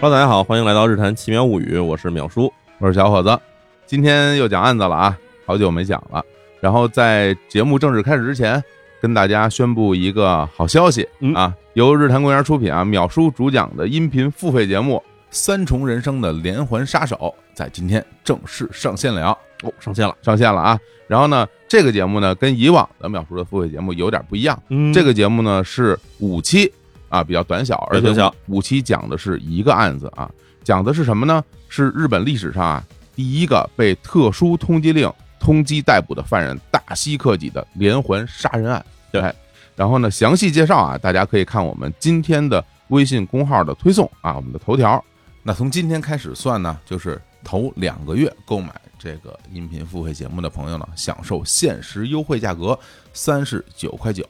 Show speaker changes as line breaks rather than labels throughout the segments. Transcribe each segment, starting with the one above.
哈喽，大家好，欢迎来到《日谈奇妙物语》，我是淼叔。
我是小伙子，今天又讲案子了啊，好久没讲了。然后在节目正式开始之前，跟大家宣布一个好消息
嗯
啊，由日坛公园出品啊，淼叔主讲的音频付费节目《三重人生的连环杀手》在今天正式上线了。
哦，上线了。
上线了啊。然后呢，这个节目呢跟以往的秒叔的付费节目有点不一样，
嗯
这个节目呢是五期啊，比较短小，
比较
而
短
且
小
五期讲的是一个案子啊，讲的是什么呢？是日本历史上啊第一个被特殊通缉令通缉逮捕的犯人大西克己的连环杀人案。
对
哎，然后呢，详细介绍啊，大家可以看我们今天的微信公号的推送啊，我们的头条。那从今天开始算呢，就是头两个月购买这个音频付费节目的朋友呢，享受限时优惠价格三十九块九，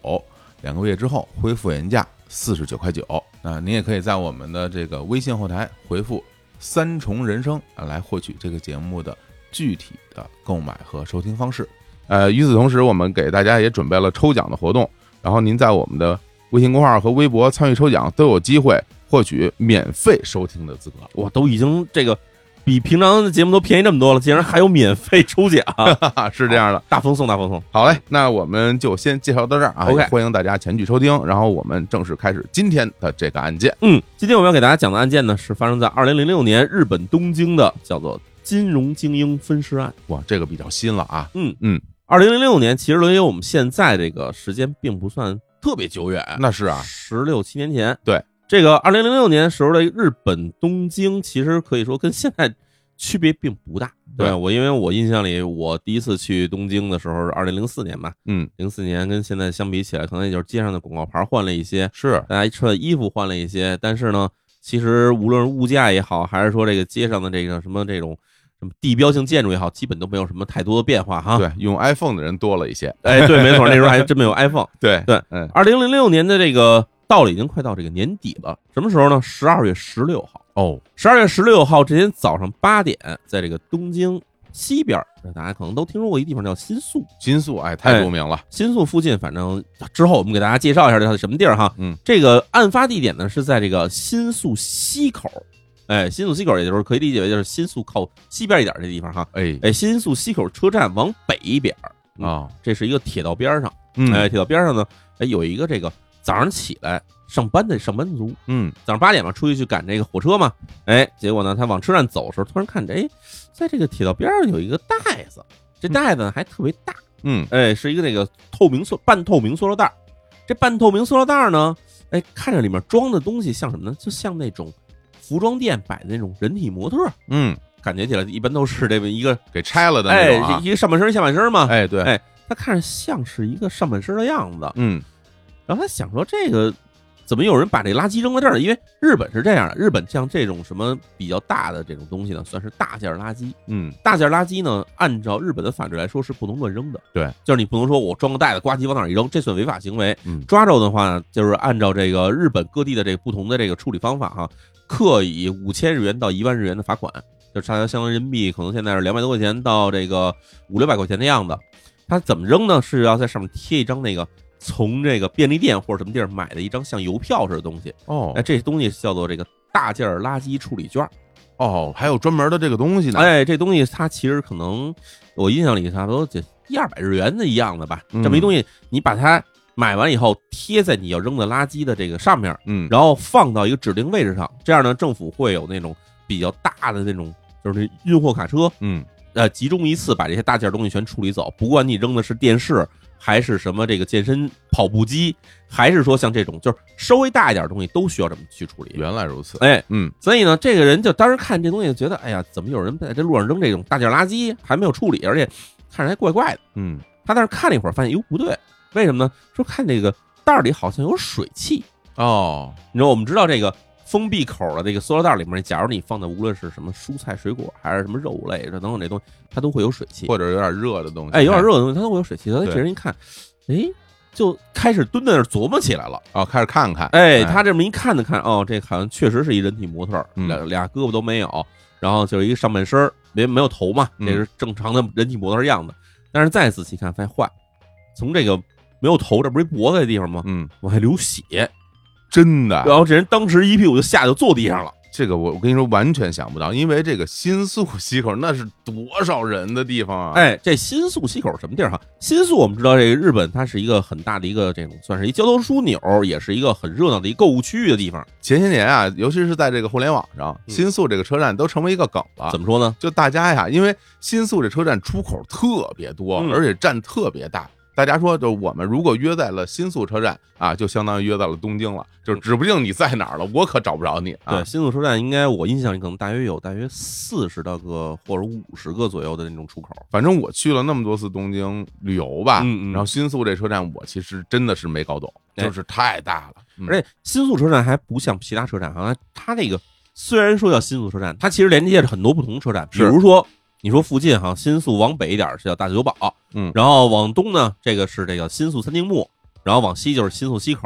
两个月之后恢复原价四十九块九。那您也可以在我们的这个微信后台回复“三重人生”啊，来获取这个节目的具体的购买和收听方式。呃，与此同时，我们给大家也准备了抽奖的活动，然后您在我们的微信公号和微博参与抽奖，都有机会获取免费收听的资格。
我都已经这个比平常的节目都便宜这么多了，竟然还有免费抽奖，
啊，是这样的。
大风送大风送。
好嘞，那我们就先介绍到这儿啊。
OK
也欢迎大家前去收听，然后我们正式开始今天的这个案件。
嗯，今天我们要给大家讲的案件呢，是发生在二零零六年日本东京的，叫做金融精英分尸案。
哇，这个比较新了啊。
二零零六年，其实轮于我们现在这个时间并不算特别久远，
那是啊，
十六七年前。
对，
这个二零零六年时候的日本东京，其实可以说跟现在区别并不大。
对
我，因为我印象里，我第一次去东京的时候是二零零四年吧，
嗯，
零四年跟现在相比起来，可能也就是街上的广告牌换了一些，
是
大家穿的衣服换了一些，但是呢，其实无论是物价也好，还是说这个街上的这个什么这种什么地标性建筑也好，基本都没有什么太多的变化哈。，
对，用 iPhone 的人多了一些。
哎，对，没错，那时候还真没有 iPhone。
对
对
嗯，
二零零六年的这个到了，已经快到这个年底了。什么时候呢？十二月十六号。
哦，
十二月十六号这天早上八点，在这个东京西边儿，大家可能都听说过一地方叫新宿。
金素，哎，太著名了。
新宿附近，反正之后我们给大家介绍一下这是什么地儿哈。
嗯，
这个案发地点呢是在这个新宿西口，哎，新宿西口，也就是可以理解为就是新宿靠西边一点儿这地方哈。
哎
哎，新宿西口车站往北一边儿，嗯
啊，
这是一个铁道边儿上。
嗯
哎，铁道边儿上呢，哎，有一个这个早上起来上班的上班族，
嗯，
早上八点嘛，出去去赶这个火车嘛，哎，结果呢，他往车站走的时候，突然看着，哎，在这个铁道边上有一个袋子，这袋子呢还特别大，
嗯
哎，是一个那个透明塑半透明塑料袋儿，这半透明塑料袋儿呢，哎，看着里面装的东西像什么呢？就像那种服装店摆的那种人体模特儿，
嗯，
感觉起来一般都是这么一个，
给拆了的那
哎
种，啊。
一个上半身下半身嘛，
哎，对
哎，他看着像是一个上半身的样子，
嗯
然后他想说这个怎么有人把这垃圾扔在这儿呢？因为日本是这样的，日本像这种什么比较大的这种东西呢，算是大件儿垃圾。
嗯，
大件儿垃圾呢，按照日本的法律来说是不能乱扔的。
对，
就是你不能说我装个袋子，呱唧往哪儿一扔，这算违法行为。
嗯
抓着的话呢，就是按照这个日本各地的这个不同的这个处理方法哈、刻以五千日元到一万日元的罚款，就差相当于人民币可能现在是两百多块钱到这个五六百块钱的样子。他怎么扔呢？是要在上面贴一张那个从这个便利店或者什么地儿买的一张像邮票似的东西。
哦
哎，这东西叫做这个大件儿垃圾处理券。
哦，还有专门的这个东西呢。
哎，这东西它其实可能我印象里差不多就一二百日元的一样的吧。
嗯
这么一东西，你把它买完以后贴在你要扔的垃圾的这个上面，
嗯，
然后放到一个指定位置上，这样呢，政府会有那种比较大的那种。就是那运货卡车，
嗯
呃，集中一次把这些大件东西全处理走。不管你扔的是电视，还是什么这个健身跑步机，还是说像这种就是稍微大一点的东西，都需要这么去处理。
原来如此。
哎，
嗯
所以呢，这个人就当时看这东西，觉得哎呀，怎么有人在这路上扔这种大件垃圾，还没有处理，而且看着还怪怪的。
嗯，
他在那儿看了一会儿，发现哟不对，为什么呢？说哎看这个袋儿里好像有水汽。
哦，
你知道，我们知道这个封闭口的这个塑料袋里面，假如你放的无论是什么蔬菜、水果，还是什么肉类这等等这东西，它都会有水汽。
或者有点热的东西。
哎，有点热的东西，它都会有水汽。他
对
这人一看，哎，就开始蹲在那儿琢磨起来了。
哦，开始看看。
哎，他这么一看呢，看哦，这好像确实是一人体模特儿，
嗯
俩俩胳膊都没有，然后就是一个上半身儿，没没有头嘛，这
嗯
是正常的人体模特儿样子。但是再仔细看，发现坏，从这个没有头，这不是一脖子的地方吗？
嗯，
往还流血，
真的啊
然后这人当时一屁股就吓得就坐地上了。
这个我我跟你说，完全想不到，因为这个新宿西口那是多少人的地方啊！，
哎，这新宿西口什么地儿哈？新宿我们知道，这个日本它是一个很大的一个这种，算是一交通枢纽，也是一个很热闹的一个购物区域的地方。
前些年啊，尤其是在这个互联网上，
嗯
新宿这个车站都成为一个梗了。
怎么说呢？
就大家呀，因为新宿这车站出口特别多，
嗯
而且站特别大。大家说，就我们如果约在了新宿车站啊，就相当于约在了东京了，就是指不定你在哪儿了，我可找不着你啊
嗯对，。新宿车站应该我印象里可能大约有大约四十多个或者五十个左右的那种出口。
反正我去了那么多次东京旅游吧，
嗯嗯
然后新宿这车站我其实真的是没搞懂，
哎
就是太大了，嗯
而且新宿车站还不像其他车站，好像它那个虽然说叫新宿车站，它其实连接着很多不同车站，比
是
如说你说附近哈，新宿往北一点是叫大久保，
嗯
然后往东呢，这个是这个新宿三丁目，然后往西就是新宿西口，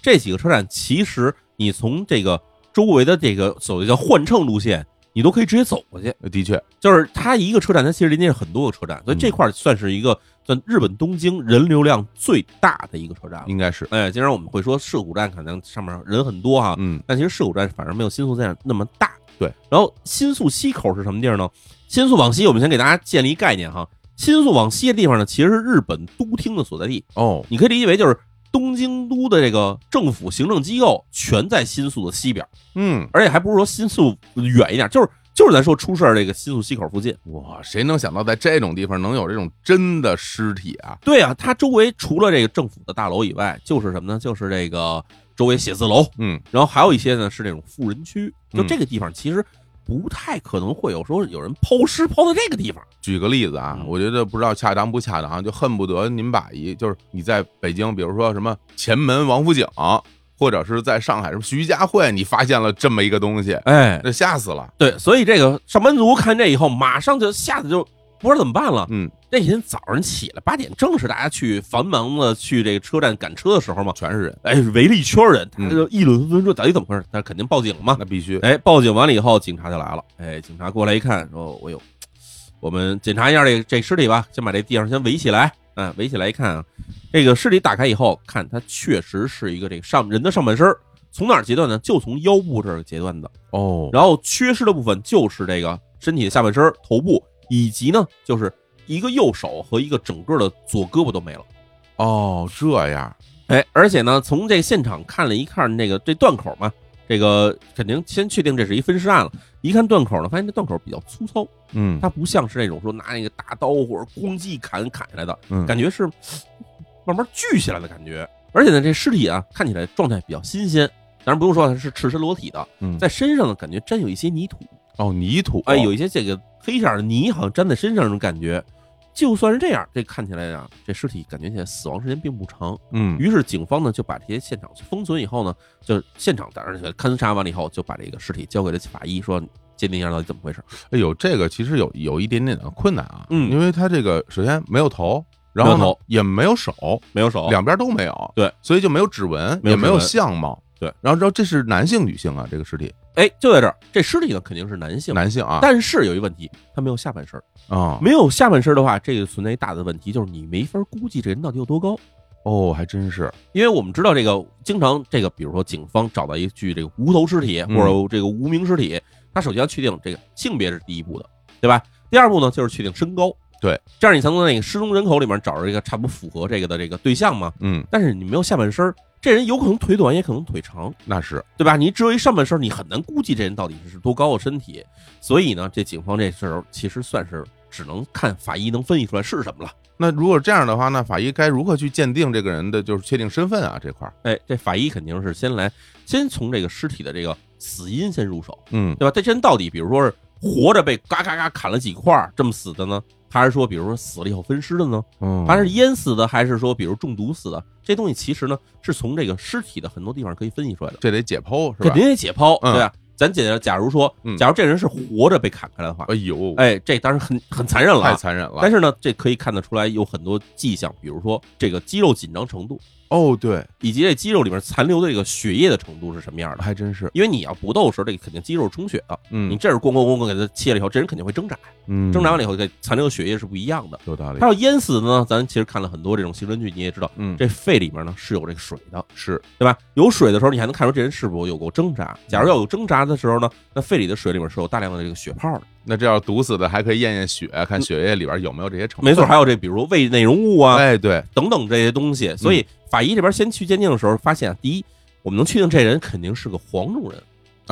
这几个车站其实你从这个周围的这个所谓叫换乘路线，你都可以直接走过去，
的确，
就是它一个车站，它其实连接着很多个车站，所以
嗯
这块儿算是一个算日本东京人流量最大的一个车站了。
应该是，
哎，经常我们会说涉谷站可能上面人很多哈，
嗯，
但其实涉谷站反而没有新宿站那么大。
对，
然后新宿西口是什么地儿呢？新宿往西，我们先给大家建立一概念哈。新宿往西的地方呢，其实是日本都厅的所在地，
哦，
你可以理解为就是东京都的这个政府行政机构全在新宿的西边，
嗯，
而且还不是说新宿远一点，就是就是咱说出事儿这个新宿西口附近。
哇，谁能想到在这种地方能有这种真的尸体啊？
对啊，它周围除了这个政府的大楼以外，就是什么呢？就是这个周围写字楼，
嗯，
然后还有一些呢是那种富人区，就
嗯
这个地方其实不太可能会有说有人抛尸抛到这个地方。
举个例子啊，
嗯
我觉得不知道恰当不恰当，啊就恨不得您把一就是你在北京，比如说什么前门王府井，或者是在上海什么徐家汇，你发现了这么一个东西，
哎，
那吓死了。
对，所以这个上班族看这以后，马上就吓得就不知道怎么办了。
嗯，
那天早上起来八点，正是大家去繁忙的去这个车站赶车的时候嘛，
全是人，
哎，围了一圈人，
嗯
他就议论纷纷说到底怎么回事，但是肯定报警了嘛。
那必须。
哎，报警完了以后，警察就来了。哎，警察过来一看，说：“我有，我们检查一下这这尸体吧，先把这地上先围起来。”嗯，围起来一看啊，这个尸体打开以后，看它确实是一个这个上人的上半身儿，从哪儿截断呢？就从腰部这儿截断的。
哦，
然后缺失的部分就是这个身体的下半身儿、头部，以及呢，就是一个右手和一个整个的左胳膊都没了。
哦，这样，
哎，而且呢，从这个现场看了一看那个这断口嘛，这个肯定先确定这是一分尸案了。一看断口呢，发现这断口比较粗糙，
嗯
它不像是那种说拿那个大刀或者公鸡砍砍下来的，
嗯，
感觉是慢慢锯起来的感觉。而且呢，这尸体啊看起来状态比较新鲜，当然不用说它是赤身裸体的，
嗯
在身上呢感觉沾有一些泥土，
哦泥土，
哎，有一些这个黑色的泥好像粘在身上那种感觉。就算是这样，这看起来啊，这尸体感觉起来死亡时间并不长，
嗯，
于是警方呢就把这些现场封存以后呢，就现场当然勘察完了以后，就把这个尸体交给了法医，说鉴定一下到底怎么回事。
哎呦，这个其实有有一点点的困难啊，
嗯
因为它这个首先没有头，然后
没
呢
有头
也没有手，
没有手，
两边都没有，
对，
所以就没有指纹，
没有
也
指纹
没有相貌，
对。
然后知道这是男性、女性啊，这个尸体，
哎，就在这儿，这尸体呢肯定是男性，
男性啊，
但是有一问题，他没有下半身儿。
啊，
没有下半身儿的话，这个存在一大的问题，就是你没法估计这人到底有多高。
哦，还真是，
因为我们知道这个，经常这个，比如说警方找到一具这个无头尸体或
嗯
者这个无名尸体，他首先要确定这个性别是第一步的，对吧？第二步呢就是确定身高，
对，
这样你才能在那个失踪人口里面找着一个差不多符合这个的这个对象嘛。
嗯，
但是你没有下半身儿，这人有可能腿短，也可能腿长，
那是，
对吧？你只有一上半身儿，你很难估计这人到底是多高的身体。所以呢，这警方这时候其实算是只能看法医能分析出来是什么了。
那如果这样的话，那法医该如何去鉴定这个人的，就是确定身份啊这块儿？
哎，这法医肯定是先来，先从这个尸体的这个死因先入手，
嗯，
对吧？这人到底，比如说是活着被嘎嘎嘎砍了几块儿这么死的呢，还是说，比如说死了以后分尸的呢？
嗯
他是淹死的，还是说，比如中毒死的？这东西其实呢，是从这个尸体的很多地方可以分析出来的，
这得解剖是
肯
吧？
定得解剖，
嗯
对啊吧？咱简假如说
嗯，
假如这人是活着被砍开来的话，
哎呦，
哎，这当然很很残忍了
太
啊。
残忍了
但，是呢，这可以看得出来有很多迹象，比如说这个肌肉紧张程度，
哦，对，
以及这肌肉里面残留的这个血液的程度是什么样的。
还真是，
因为你要搏斗的时候，这个肯定肌肉是充血的，你
嗯
这是咣咣咣咣给他切了以后，这人肯定会挣扎，
嗯，
挣扎完了以后，这残留的血液是不一样的。
有道理
他，要淹死的呢，咱其实看了很多这种刑侦剧，你也知道，
嗯，
这肺里面呢是有这个水的，
是
对吧？有水的时候，你还能看出这人是否有过挣扎。假
嗯
如要有挣扎的时候呢，那肺里的水里面是有大量的这个血泡的。
那这要毒死的还可以验验血，看血液里边有没有这些成
嗯
分。
没错，还有这比如胃内容物啊
哎，嗯对，
等等这些东西。所以法医这边先去鉴定的时候，发现啊第一，我们能确定这人肯定是个黄种人，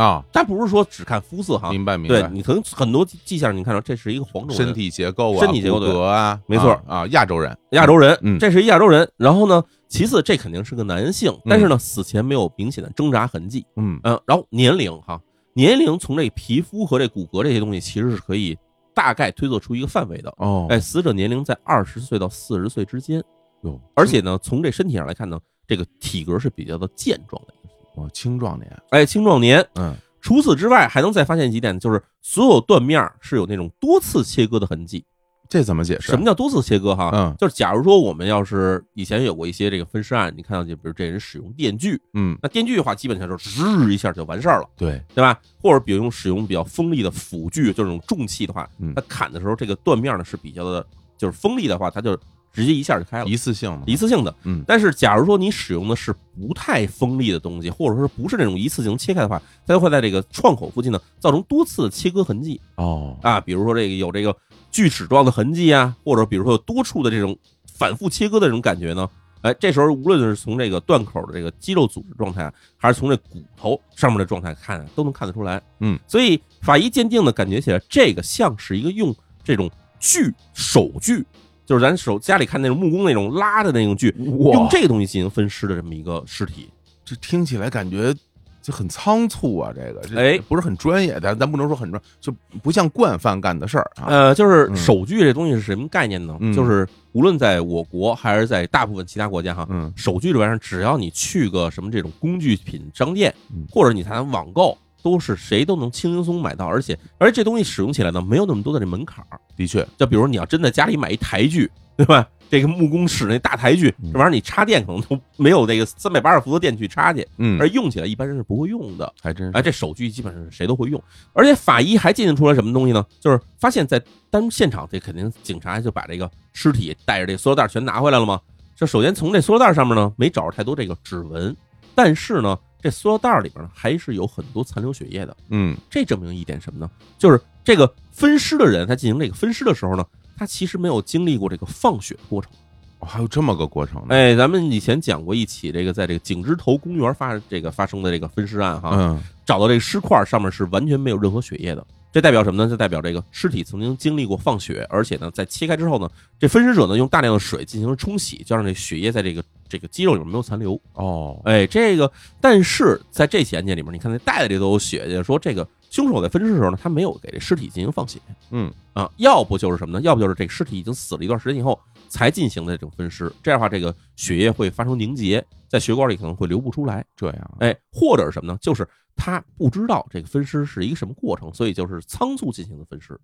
啊，
但不是说只看肤色哈。
明白明
对
白，
你可能很多迹象，你看到这是一个黄种人，
身体结构啊，
身体结构
骨
对
骼啊，
没错
啊啊，亚洲人，
亚洲人，
嗯
这是一亚洲人。然后呢，其次这肯定是个男性，但是呢，死前没有明显的挣扎痕迹。
嗯，
嗯，然后年龄哈，年龄从这皮肤和这骨骼这些东西其实是可以大概推测出一个范围的。
哦，
哎，死者年龄在二十岁到四十岁之间，
哟，
而且呢，从这身体上来看呢，这个体格是比较的健壮的。
哦，青壮年，
哎，青壮年。
嗯，
除此之外，还能再发现几点，就是所有断面儿是有那种多次切割的痕迹。
这怎么解释？啊
什么叫多次切割？哈，
嗯
就是假如说我们要是以前有过一些这个分尸案，你看到就比如这人使用电锯，
嗯，
那电锯的话，基本上就是吱一下就完事儿了，
对，
对吧？或者比如用使用比较锋利的斧锯，就是这种重器的话
嗯，
它砍的时候这个断面呢是比较的，就是锋利的话，它就直接一下就开了，
一次性的，
一次性的。
嗯
但是假如说你使用的是不太锋利的东西，或者说不是那种一次性切开的话，它就会在这个创口附近呢造成多次的切割痕迹
哦，
啊，比如说这个有这个锯齿状的痕迹啊，或者比如说有多处的这种反复切割的这种感觉呢。哎，这时候无论是从这个断口的这个肌肉组织状态，啊还是从这骨头上面的状态看，啊都能看得出来。
嗯，
所以法医鉴定呢，感觉起来这个像是一个用这种锯手锯，就是咱手家里看那种木工那种拉的那种锯，用
哇，
这个东西进行分尸的这么一个尸体。
这听起来感觉就很仓促啊，这个这
哎
不是很专业，咱咱不能说很专，就不像惯犯干的事儿啊。
呃，就是
嗯
手锯这东西是什么概念呢？
嗯
就是无论在我国还是在大部分其他国家哈，
嗯
手锯这玩意儿，只要你去个什么这种工具品商店
嗯，
或者你谈网购，都是谁都能轻轻松松买到，而且而且这东西使用起来呢，没有那么多的这门槛儿。
的确，
就比如你要真在家里买一台锯， 对吧？这个木工使那大台锯
嗯，
这玩意儿你插电可能都没有这个三百八十伏的电去插去，
嗯
而，用起来一般人是不会用的。
还真是
哎，这手锯基本上是谁都会用，而且法医还鉴定出来什么东西呢？就是发现在当现场，这肯定警察就把这个尸体带着这塑料袋全拿回来了嘛。这首先从这塑料袋上面呢，没找着太多这个指纹，但是呢，这塑料袋里边呢还是有很多残留血液的。
嗯，
这证明一点什么呢？就是这个分尸的人，他进行这个分尸的时候呢，他其实没有经历过这个放血的过程。
哦还有这么个过程呢。
哎，咱们以前讲过一起这个在这个井之头公园发这个发生的这个分尸案哈，
嗯，
找到这个尸块上面是完全没有任何血液的。这代表什么呢？这代表这个尸体曾经经历过放血，而且呢，在切开之后呢，这分尸者呢用大量的水进行冲洗，就让这血液在这个这个肌肉里面没有残留。
哦，
哎，这个，但是在这起案件里面，你看那袋子里都有血，也就是说这个凶手在分尸的时候呢，他没有给这尸体进行放血。
嗯
啊，要不就是什么呢？要不就是这个尸体已经死了一段时间以后才进行的这种分尸，这样的话，这个血液会发生凝结，在血管里可能会流不出来。
这样啊，
哎，或者是什么呢？就是他不知道这个分尸是一个什么过程，所以就是仓促进行的分尸。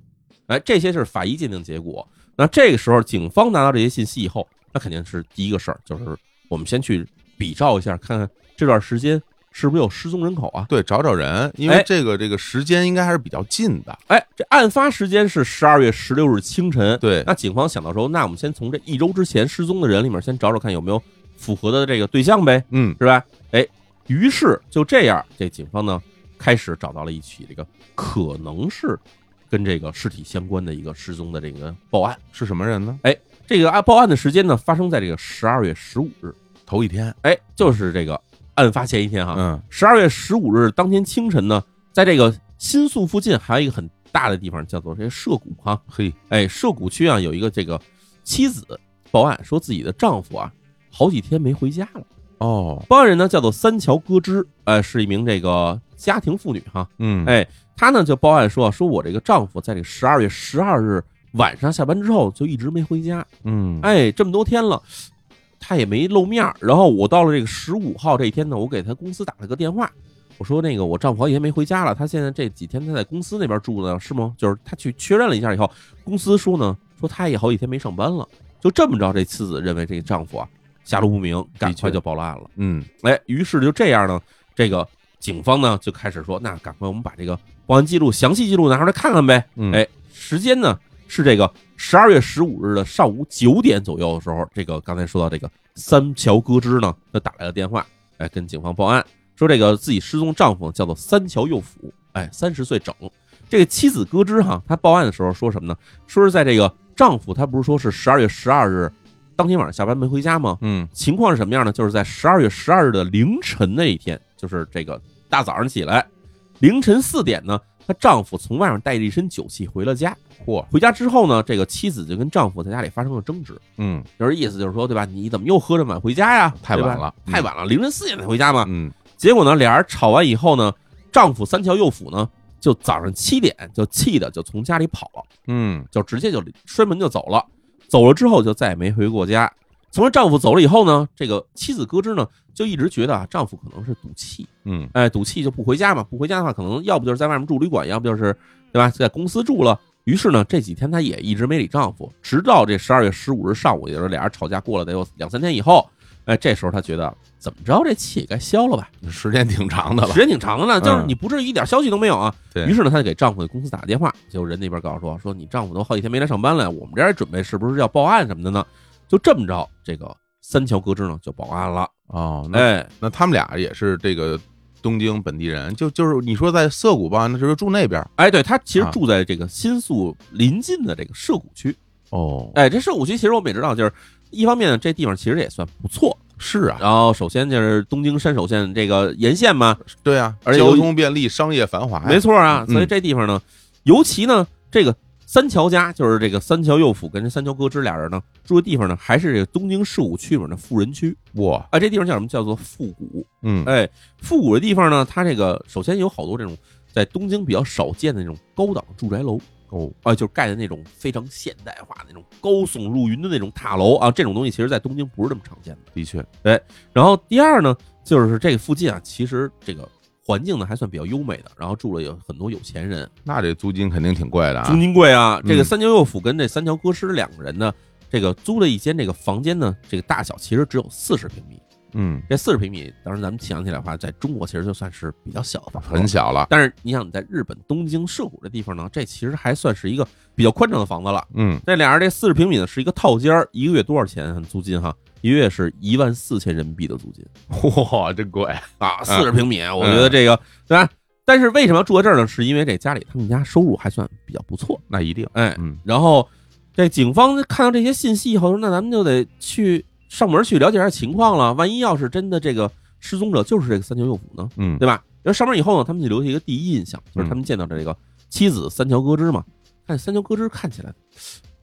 哎，这些是法医鉴定结果。那这个时候，警方拿到这些信息以后，那肯定是第一个事儿，就是我们先去比照一下，看看这段时间是不是有失踪人口啊？
对，找找人，因为
哎
这个这个时间应该还是比较近的。
哎，这案发时间是十二月十六日清晨。
对，
那警方想到说，那我们先从这一周之前失踪的人里面先找找看有没有符合的这个对象呗。
嗯，
是吧？哎，于是就这样，这警方呢开始找到了一起这个可能是跟这个尸体相关的一个失踪的这个报案。
是什么人呢？
这个案报案的时间呢发生在这个十二月十五日，
头一天，
哎，就是这个案发前一天哈。
嗯，
十二月十五日当天清晨呢，在这个新宿附近还有一个很大的地方叫做这个涉谷哈，
嘿，
哎，涉谷区啊有一个这个妻子报案说自己的丈夫啊好几天没回家了。
哦，
报案人呢叫做三桥歌之，呃，是一名这个家庭妇女哈。
嗯，
哎，她呢就报案说啊，说我这个丈夫在这个十二月十二日晚上下班之后就一直没回家，
嗯，
哎，这么多天了，他也没露面儿。然后我到了这个十五号这一天呢，我给他公司打了个电话，我说那个我丈夫好几天没回家了，他现在这几天他在公司那边住呢，是吗？就是他去确认了一下以后，公司说呢，说他也好几天没上班了。就这么着，这妻子认为这个丈夫啊下落不明，赶
的确
快就报了案了。
嗯
哎，于是就这样呢，这个警方呢就开始说，那赶快我们把这个报案记录、详细记录拿出来看看呗。
嗯，
哎，时间呢是这个十二月十五日的上午九点左右的时候，这个刚才说到这个三桥歌之呢，就打来了电话，哎，跟警方报案说这个自己失踪丈夫叫做三桥佑辅，哎，三十岁整。这个妻子歌之哈，她报案的时候说什么呢？说是在这个丈夫，他不是说是十二月十二日当天晚上下班没回家吗？
嗯
情况是什么样呢？就是在十二月十二日的凌晨那一天，就是这个大早上起来，凌晨四点呢，她丈夫从外面带着一身酒气回了家。
嚯，
回家之后呢，这个妻子就跟丈夫在家里发生了争执，
嗯
就是意思就是说，对吧？你怎么又喝这么晚回家呀？
太晚
对吧
了嗯
太晚了，凌晨四点才回家嘛。
嗯
结果呢，俩人吵完以后呢，丈夫三桥右辅呢，就早上七点就气的就从家里跑了。
嗯
就直接就摔门就走了。走了之后就再也没回过家。从她丈夫走了以后呢，这个妻子咯吱呢就一直觉得啊，丈夫可能是赌气，
嗯
哎，赌气就不回家嘛。不回家的话，可能要不就是在外面住旅馆，要不就是对吧，在公司住了。于是呢，这几天她也一直没理丈夫，直到这十二月十五日上午，也就是俩人吵架过了得有两三天以后，哎，这时候她觉得怎么着这气也该消了吧，
嗯时间挺长的了
时，间挺长的呢，就是
嗯
你不至于一点消息都没有啊。
对
于是呢，她就给丈夫的公司打了电话，结果人那边告诉说，说你丈夫都好几天没来上班了，我们这儿准备是不是要报案什么的呢？就这么着，这个三桥歌之呢就报案了。
哦，那
哎，
那他们俩也是这个东京本地人，就就是你说在涩谷吧，那就是住那边儿
哎，对，她其实
啊
住在这个新宿临近的这个涉谷区。
哦哎，
哎，这涉谷区其实我们也知道，就是一方面呢这地方其实也算不错。
是啊，
然后首先就是东京山手线这个沿线嘛，
对啊，
呃而且有
交通便利，商业繁华呀，
没错啊，
嗯
所以这地方呢，尤其呢，这个三桥家就是这个三桥右辅跟这三桥歌之俩人呢住的地方呢，还是这个东京市五区里面的富人区
哇，
啊。这地方叫什么？叫做复古。
嗯
哎，复古的地方呢，它这个首先有好多这种在东京比较少见的那种高档住宅楼
哦，
啊，就是盖的那种非常现代化的那种高耸入云的那种塔楼啊，这种东西其实在东京不是这么常见的。哎
的确，
然后第二呢，就是这个附近啊，其实这个环境呢还算比较优美的，然后住了有很多有钱人。
那这租金肯定挺贵的啊
租，金贵啊。这个
嗯
三桥右辅跟这三桥歌师两个人呢，这个租了一间这个房间呢，这个大小其实只有四十平米。
嗯，
这四十平米，当然咱们想起来的话，在中国其实就算是比较小的房子了
很。小了，
但是你想，你在日本东京涉谷这地方呢，这其实还算是一个比较宽敞的房子了。
嗯，
这俩人这四十平米呢是一个套间儿，一个月多少钱啊租金哈？一个月是一万四千人民币的租金
哇，真贵，
啊，四十平米，我
嗯
觉得这个对吧？但是为什么要住在这儿呢？是因为这家里他们家收入还算比较不错，
那一定，
哎，
嗯
然后这警方看到这些信息以后，说那咱们就得去上门去了解一下情况了。万一要是真的这个失踪者就是这个三桥右辅呢，
嗯，
对吧？然后上门以后呢，他们就留下一个第一印象，就是
嗯
他们见到这个妻子三桥歌之嘛，看三桥歌之看起来，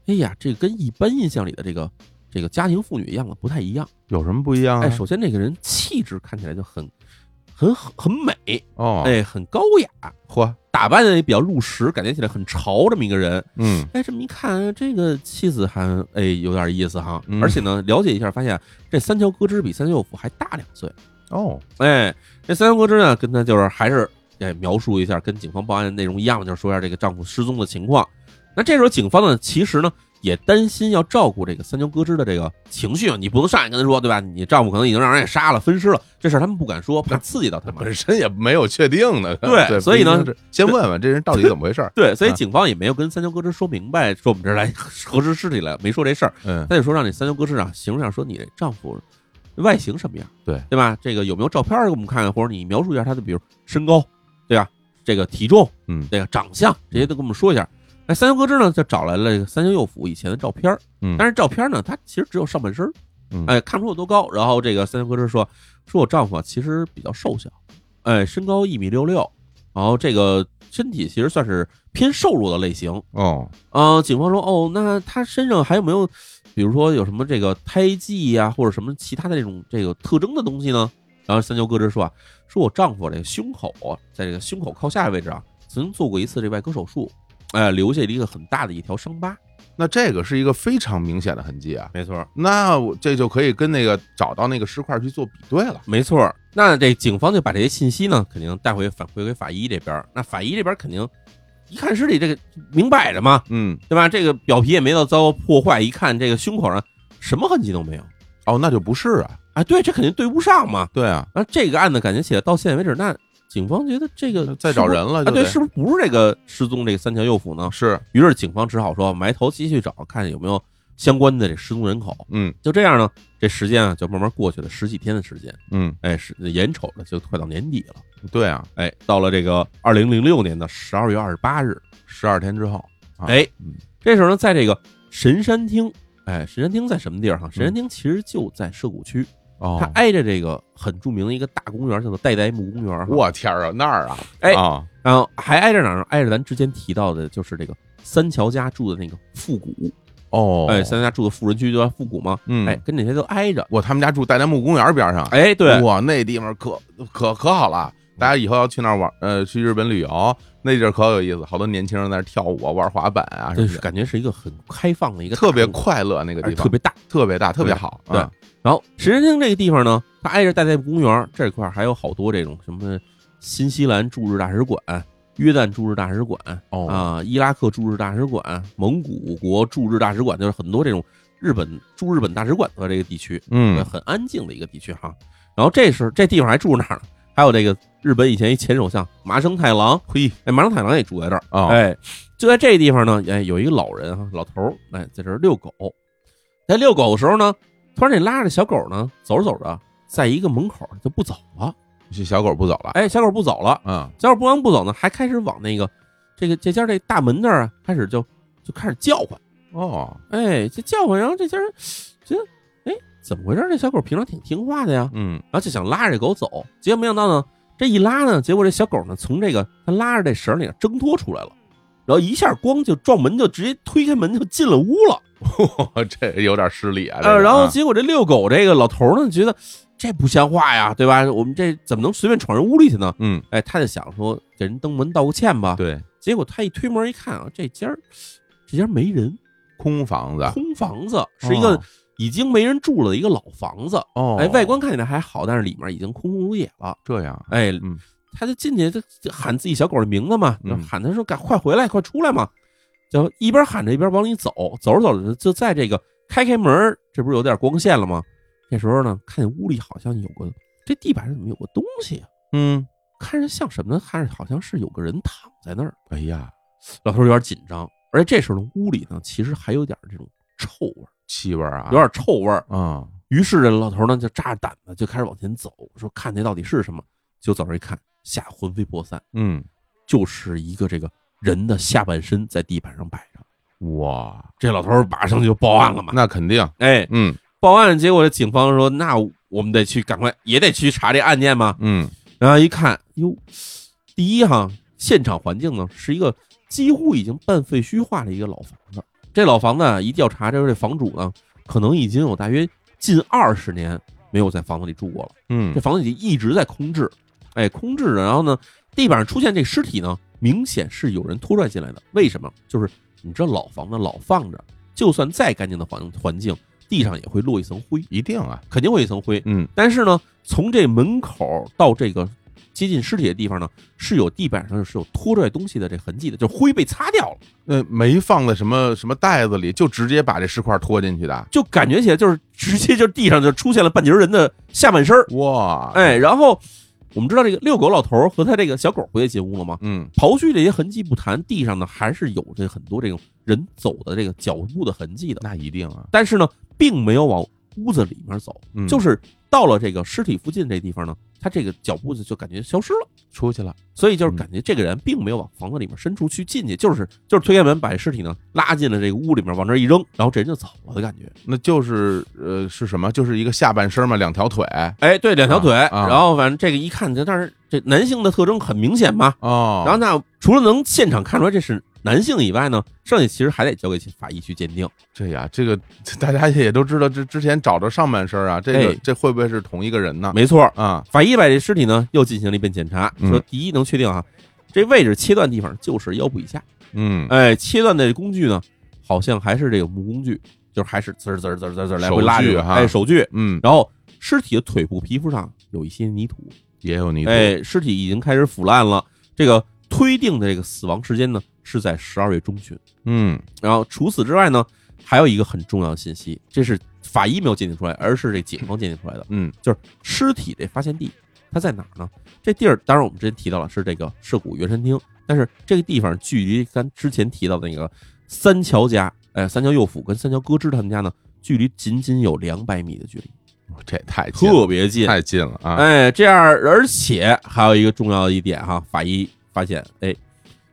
哎呀，这跟一般印象里的这个这个家庭妇女样啊子不太一样。
有什么不一样啊？
哎，首先这个人气质看起来就很很很美，
哦，
哎，很高雅，
嚯，
打扮的也比较入时，感觉起来很潮这么一个人。
嗯
哎，这么一看，这个妻子还哎有点意思哈。
嗯
而且呢，了解一下发现，这三桥歌之比三桥右辅还大两岁。
哦，
哎，这三桥歌之呢，跟他就是还是哎描述一下跟警方报案的内容一样，就是说一下这个丈夫失踪的情况。那这时候警方呢，其实呢也担心要照顾这个三桥歌之的这个情绪，啊你不能上来跟他说，对吧？你丈夫可能已经让人给杀了、分尸了，这事儿他们不敢说，怕刺激到他们。
本身也没有确定的，
对所以呢，
不一定是先问问这人到底怎么回事儿
对，所以
啊
警方也没有跟三桥歌之说明白，说我们这儿来 核实尸体来了，没说这事儿。
嗯，
他就说让你三牛哥市长形容一下，说你丈夫外形什么样，
对
对吧？这个有没有照片儿给我们看看，或者你描述一下他的，比如身高，对吧？这个体重，
嗯
这个长相，这些都跟我们说一下。哎，三牛哥之呢就找来了这个三牛右辅以前的照片儿，
嗯
但是照片呢，他其实只有上半身儿
嗯，
哎，看不出有多高。然后这个三牛哥之说，说我丈夫啊其实比较瘦小，哎，身高一米六六，然后这个身体其实算是偏瘦弱的类型，
哦，
啊，警方说，哦，那他身上还有没有，比如说有什么这个胎记呀、或者什么其他的这种这个特征的东西呢？然后三桥歌之说啊，说我丈夫这个胸口啊，在这个胸口靠下的位置啊，曾经做过一次这外科手术，哎、留下了一个很大的一条伤疤。
那这个是一个非常明显的痕迹啊，
没错，
那我这就可以跟那个找到那个尸块去做比对了，
没错。那这警方就把这些信息呢，肯定带回反馈给法医这边儿。那法医这边儿肯定一看尸体，这个明摆着嘛，
嗯，
对吧？这个表皮也没到遭破坏，一看这个胸口上什么痕迹都没有。
哦，那就不是啊，
啊，对，这肯定对不上嘛。
对啊，
啊，这个案子感觉写到现在为止，那警方觉得这个
呃再找人了
啊，
就
对，
得
是不是不是这个失踪这个三桥右辅呢？
是，
于是警方只好说埋头继续找，看有没有相关的这失踪人口。
嗯
就这样呢，这时间啊就慢慢过去了，十几天的时间，
嗯，
哎，是眼瞅着就快到年底了，
对啊，
哎，到了这个二零零六年的十二月二十八日，
十二天之后，啊
哎
嗯，
这时候呢，在这个神山町，哎，神山町在什么地儿哈、神山町其实就在涉谷区，它
哦，
挨着这个很著名的一个大公园，叫做代代木公园哈。
我天儿啊，那儿啊，
哎
啊
然后还挨着哪儿呢？挨着咱之前提到的，就是这个三桥家住的那个复古，
哦，
哎，三桥家住的富人区就叫复古嘛，
嗯，
哎，，跟这些都挨着。
我他们家住代代木公园边上，
哎，对，
哇，那地方可可可好了，大家以后要去那儿玩，呃，去日本旅游，那地儿可有意思，好多年轻人在那儿跳舞啊、玩滑板啊什
就
么
是
的，
哎感觉是一个很开放的一个
特别
大公
快乐那个
园而且
地方，
哎特别大。
特别大，特别好，
对
啊
然后神山町这个地方呢，它挨着代代木公园这块儿还有好多这种什么新西兰驻日大使馆、约旦驻日大使馆
哦
啊、伊拉克驻日大使馆、蒙古国驻日大使馆，就是很多这种日本驻日本大使馆的这个地区，
嗯，
很安静的一个地区哈。然后这是这地方还住哪儿呢？还有这个日本以前一前首相麻生太郎，
嘿，
哎，麻生太郎也住在这儿。
哦，
哎，就在这地方呢，哎，有一个老人哈，老头儿，哎，在这儿遛狗，在遛狗的时候呢，突然这拉着小狗呢，走着走着，在一个门口儿就不走了，
这小狗不走了，
哎，小狗不走了，
嗯，
小狗不光不走呢，还开始往那个这个这家这大门那儿啊，开始就就开始叫唤，
哦，
哎，这叫唤，然后这家人觉得，哎，怎么回事儿？这小狗平常挺听话的呀，
嗯，
然后就想拉着这狗走，结果没想到呢，这一拉呢，结果这小狗呢从这个它拉着这绳里挣脱出来了，然后一下咣就撞门，就直接推开门就进了屋了。
这有点失礼啊，这
呃，
个
然后
啊
结果这遛狗这个老头呢觉得这不像话呀，对吧？我们这怎么能随便闯人屋里去呢？
嗯，
哎，他就想说给人登门道个歉吧。
对，
结果他一推门一看啊，这家儿这家没人，
空房子
空房子是一个已经没人住了的一个老房子。
哦，
哎，外观看起来还好，但是里面已经空空如也了。
这样，
哎，
嗯
他就进去，就喊自己小狗的名字嘛，就
嗯
喊他说：“赶快回来，快出来嘛！”就一边喊着一边往里走，走着走着就在这个开开门儿，这不是有点光线了吗？这时候呢，看见屋里好像有个这地板上怎么有个东西啊、
嗯，
看着像什么呢？看着好像是有个人躺在那儿。
哎呀，
老头儿有点紧张，而且这时候呢，屋里呢其实还有点这种臭味儿，
气味儿啊，
有点臭味儿。
啊，
于是这老头呢就扎着胆子就开始往前走，说看那到底是什么。就走这一看，吓得魂飞魄散。
嗯，
就是一个这个人的下半身在地板上摆着。
哇，
这老头儿马上就报案了嘛？
那肯定，
哎，
嗯
报案，结果这警方说，那我们得去，赶快也得去查这案件嘛。
嗯，
然后一看，哟，第一哈，现场环境呢是一个几乎已经半废墟化的一个老房子。这老房子啊一调查，这这房主呢，可能已经有大约近二十年没有在房子里住过了。
嗯
这，房子里一直在空置，哎，空置着。然后呢，地板上出现这尸体呢，明显是有人拖拽进来的。为什么？就是你知道老房子老放着，就算再干净的环环境，地上也会落一层灰，
一定啊，
肯定会有一层灰。
嗯，
但是呢，从这门口到这个接近尸体的地方呢，是有地板上是有拖拽东西的这痕迹的，就是灰被擦掉了，
那没放在什么什么袋子里，就直接把这尸块拖进去的，
就感觉起来就是直接就地上就出现了半截人的下半身儿。
哇，
哎，，然后我们知道这个遛狗老头儿和他这个小狗不也进屋了吗？
嗯，
刨去这些痕迹不谈，地上呢还是有这很多这种人走的这个脚步的痕迹的，
那一定啊，
但是呢，并没有往屋子里面走，
嗯
就是到了这个尸体附近这地方呢，他这个脚步子就感觉消失了，
出去了，
所以
嗯
就是感觉这个人并没有往房子里面深处去进去，就是就是推开门把尸体呢拉进了这个屋里面，往这儿一扔，然后这人就走了的感觉。
那就是呃是什么？就是一个下半身嘛，两条腿
哎，对，两条腿，
啊啊
然后反正这个一看，但是这男性的特征很明显嘛，
哦，
然后那除了能现场看出来这是男性以外呢，剩下其实还得交给法医去鉴定。
这呀，这个大家也都知道，这之前找着上半身啊，这个、
哎
这会不会是同一个人呢？
没错，
啊，
法医把这尸体呢又进行了一遍检查，
嗯
说第一能确定啊，这位置切断地方就是腰部以下，
嗯，
哎，切断的工具呢好像还是这个木工具，就是还是滋儿滋儿滋儿滋儿滋儿来回拉
手锯
着，
哈
哎，手锯。
嗯，
然后尸体的腿部皮肤上有一些泥土，
也有泥土，
哎，尸体已经开始腐烂了。这个推定的这个死亡时间呢是在十二月中旬。
嗯，
然后除此之外呢，还有一个很重要的信息，这是法医没有鉴定出来，而是这警方鉴定出来的。
嗯
尸体这发现地，它在哪儿呢？这地儿当然我们之前提到了是这个涉谷原山町，但是这个地方距离咱之前提到的那个三桥家，哎，三桥右辅跟三桥歌之他们家呢，距离仅仅有两百米的距离，
这也太近了
特别近。
太近了啊！
哎，这样，而且还有一个重要的一点哈，法医发现，哎，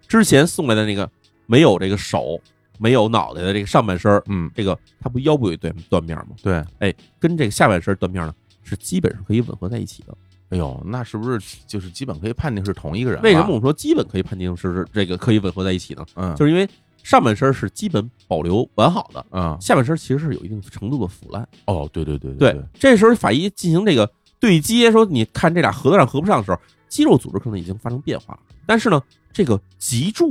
之前送来的那个没有这个手、没有脑袋的这个上半身儿，
嗯，
这个他不腰部有断断面吗？
对，
跟这个下半身断面呢，是基本上可以吻合在一起的。
哎呦，那是不是就是基本可以判定是同一个人了？
为什么我们说基本可以判定是这个可以吻合在一起呢？
嗯？嗯，
就是因为上半身是基本保留完好的，
嗯，
下半身其实是有一定程度的腐烂。
哦，对对对
对，这时候法医进行这个对接，说你看这俩合得上合不上的时候，肌肉组织可能已经发生变化了。但是呢，这个脊柱，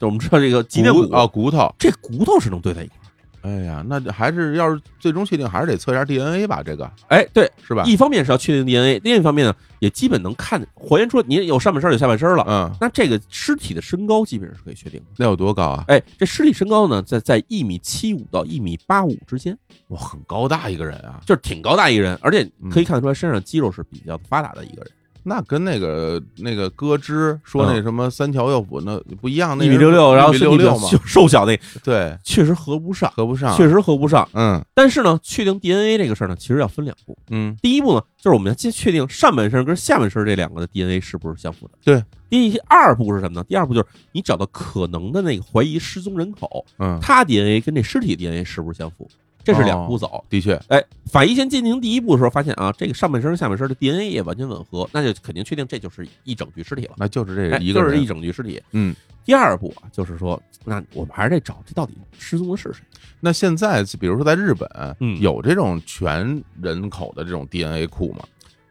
就我们知道这个脊
脊
椎骨嗯
骨哦，骨头，
这骨头是能对在一块儿。
哎呀，那还是要是最终确定，还是得测一下 DNA 吧，这个
哎，对，
是吧？
一方面是要确定 DNA，另一方面呢，也基本能看还原出你有上半身有下半身了。
嗯，
那这个尸体的身高基本上是可以确定的。
那有多高啊？
哎，这尸体身高呢，在在一米七五到一米八五之间，
哇，很高大一个人啊，
就是挺高大一人，而且可
嗯
以看得出来身上肌肉是比较发达的一个人，
那跟那个那个歌之说那
嗯
什么三桥耀辅那不一样，那
一米
人
六六，然后
一米
身
六
体比较
六嘛，
瘦小那
对，
确实合不上，
合不上，
确实合不上。
嗯
但是呢，确定 DNA 这个事儿呢，其实要分两步。
嗯，
第一步呢，就是我们要先确定上半身跟下半身这两个的 DNA 是不是相符的。
对。
第二步是什么呢？第二步就是你找到可能的那个怀疑失踪人口，
嗯，
他 DNA 跟这尸体 DNA 是不是相符？这是两
哦
步走。
的确，
哎，法医先进行第一步的时候，发现啊，这个上半身、下半身的 DNA 也完全吻合，那就肯定确定这就是一整具尸体了，
那就是这
哎
一个
就是
人，
一整具尸体。
嗯，
第二步啊，就是说，那我们还是得找这到底失踪的是谁。
那现在比如说在日本，
嗯
有这种全人口的这种 DNA 库吗？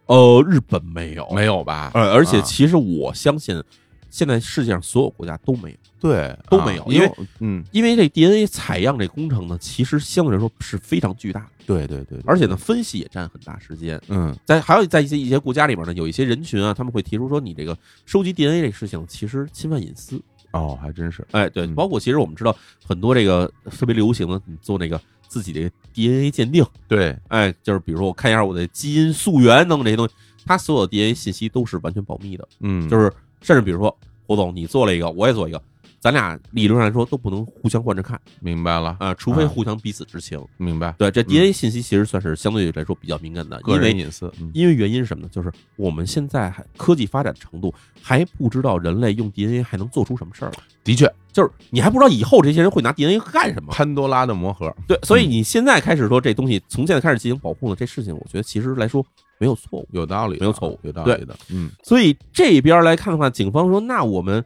呃，日本没有，
没有吧？
呃，而且
啊
其实我相信，现在世界上所有国家都没有，
对
都
啊
没有
因
因
为嗯，
因为这 DNA 采样这工程呢，其实相对来说是非常巨大的，
对对对，对
而且呢，分析也占很大时间。
嗯
在还有在一些一些国家里边呢，有一些人群啊，他们会提出说，你这个收集 DNA 这个事情其实侵犯隐私。
哦，还真是
哎，对，
嗯
包括其实我们知道很多这个特别流行的，你做那个自己的 DNA 鉴定，
对，
哎，就是比如说我看一下我的基因溯源等等这些东西，它所有的 DNA 信息都是完全保密的，
嗯，
就是甚至比如说胡总你做了一个，我也做一个，咱俩理论上来说都不能互相换着看
明白了，
啊、除非
啊
互相彼此知情。
明白，
对，这
嗯
DNA 信息其实算是相对来说比较敏感的，
个
因
人
为
隐私，嗯
因为原因是什么呢？就是我们现在还科技发展程度还不知道人类用 DNA 还能做出什么事儿来，
的确，
就是你还不知道以后这些人会拿 DNA 干什么。
潘多拉的魔盒，
对，所以你现在开始说这东西从现在开始进行保护呢，这事情我觉得其实来说没有错误。
有道理的，啊
没有错误
有道
对
理的，嗯
所以这边来看的话，警方说，那我们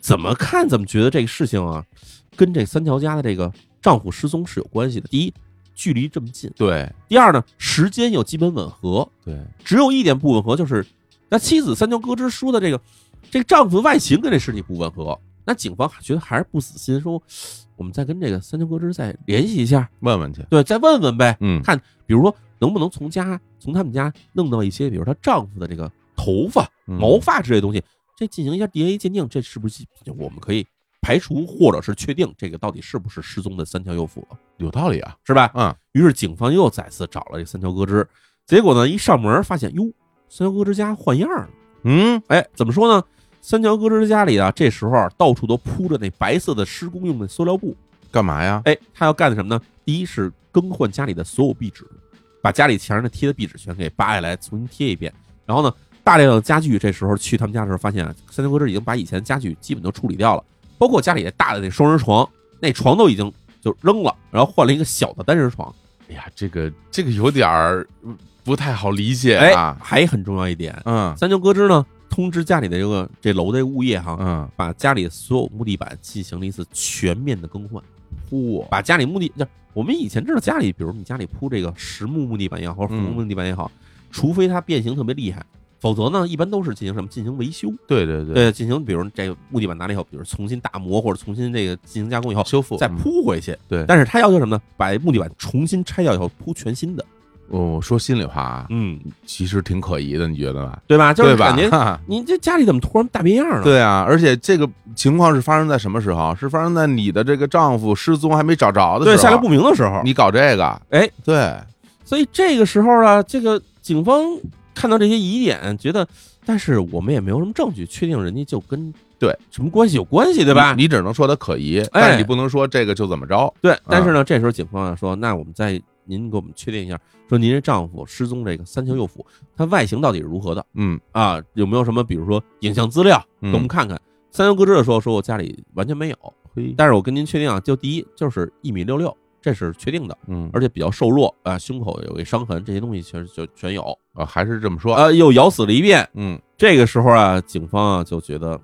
怎么看怎么觉得这个事情啊，跟这三桥家的这个丈夫失踪是有关系的。第一，距离这么近；
对
第二呢，时间又基本吻合，
对，
只有一点不吻合，就是那妻子三桥歌之说的这个这个丈夫的外形跟这尸体不吻合。那警方觉得还是不死心，说我们再跟这个三桥歌之再联系一下，
问问去，
对，再问问呗。
嗯
看比如说能不能从家从他们家弄到一些，比如她丈夫的这个头发、
嗯
毛发之类的东西，这进行一下 DNA 鉴定，这是不是我们可以排除或者是确定这个到底是不是失踪的三桥右辅了，
有道理啊，
是吧？
嗯，
于是警方又再次找了这三桥歌之，结果呢一上门发现，哟，三桥歌之家换样了。
嗯，
哎，怎么说呢？三桥歌之家里啊，这时候啊到处都铺着那白色的施工用的塑料布，
干嘛呀？
哎，他要干的什么呢？第一是更换家里的所有壁纸，把家里墙上的贴的壁纸全给扒下来，重新贴一遍。然后呢，大量的家具，这时候去他们家的时候，发现啊，三牛哥这已经把以前家具基本都处理掉了，包括家里的大的那双人床，那床都已经就扔了，然后换了一个小的单人床。
哎呀，这个这个有点儿嗯不太好理解
哎
啊，，
还很重要一点，
嗯
三牛哥之呢通知家里的这个这楼的物业哈，
嗯，
把家里所有木地板进行了一次全面的更换。
嚯，
把家里木地，就我们以前知道家里，比如你家里铺这个实木木地板也好，或者
嗯
枫木木地板也好，除非它变形特别厉害，否则呢，一般都是进行什么进行维修，
对对对，
对，进行比如这个木地板拿了以后，比如重新打磨或者重新这个进行加工以后，
修复
再
嗯
铺回去。
对
但是它要求什么呢？把木地板重新拆掉以后铺全新的，
我说心里话啊，
嗯，
其实挺可疑的，你觉得吧？
对吧？就
对
是
吧
感觉？你这家里怎么突然大变样了？
对啊，而且这个情况是发生在什么时候？是发生在你的这个丈夫失踪还没找着的时
对，
候，
下落不明的时候，
你搞这个，
哎，
对，
所以这个时候啊，这个警方看到这些疑点，觉得，但是我们也没有什么证据确定人家就跟
对
什么关系有关系，对吧？
嗯你你只能说他可疑，但
哎
是你不能说这个就怎么着。
对，但是呢，这时候警方啊说，那我们再您给我们确定一下，说您这丈夫失踪这个三桥佑辅，他外形到底是如何的
嗯
啊？有没有什么比如说影像资料给
嗯，
我们看看？三桥哥知的说，说我家里完全没有，
嘿
但是我跟您确定啊，就第一就是一米六六，这是确定的，
嗯，
而且比较瘦弱啊，胸口有一伤痕，这些东西全全全有。
啊还是这么说，
呃，又咬死了一遍。
嗯
这个时候啊，警方啊就觉得，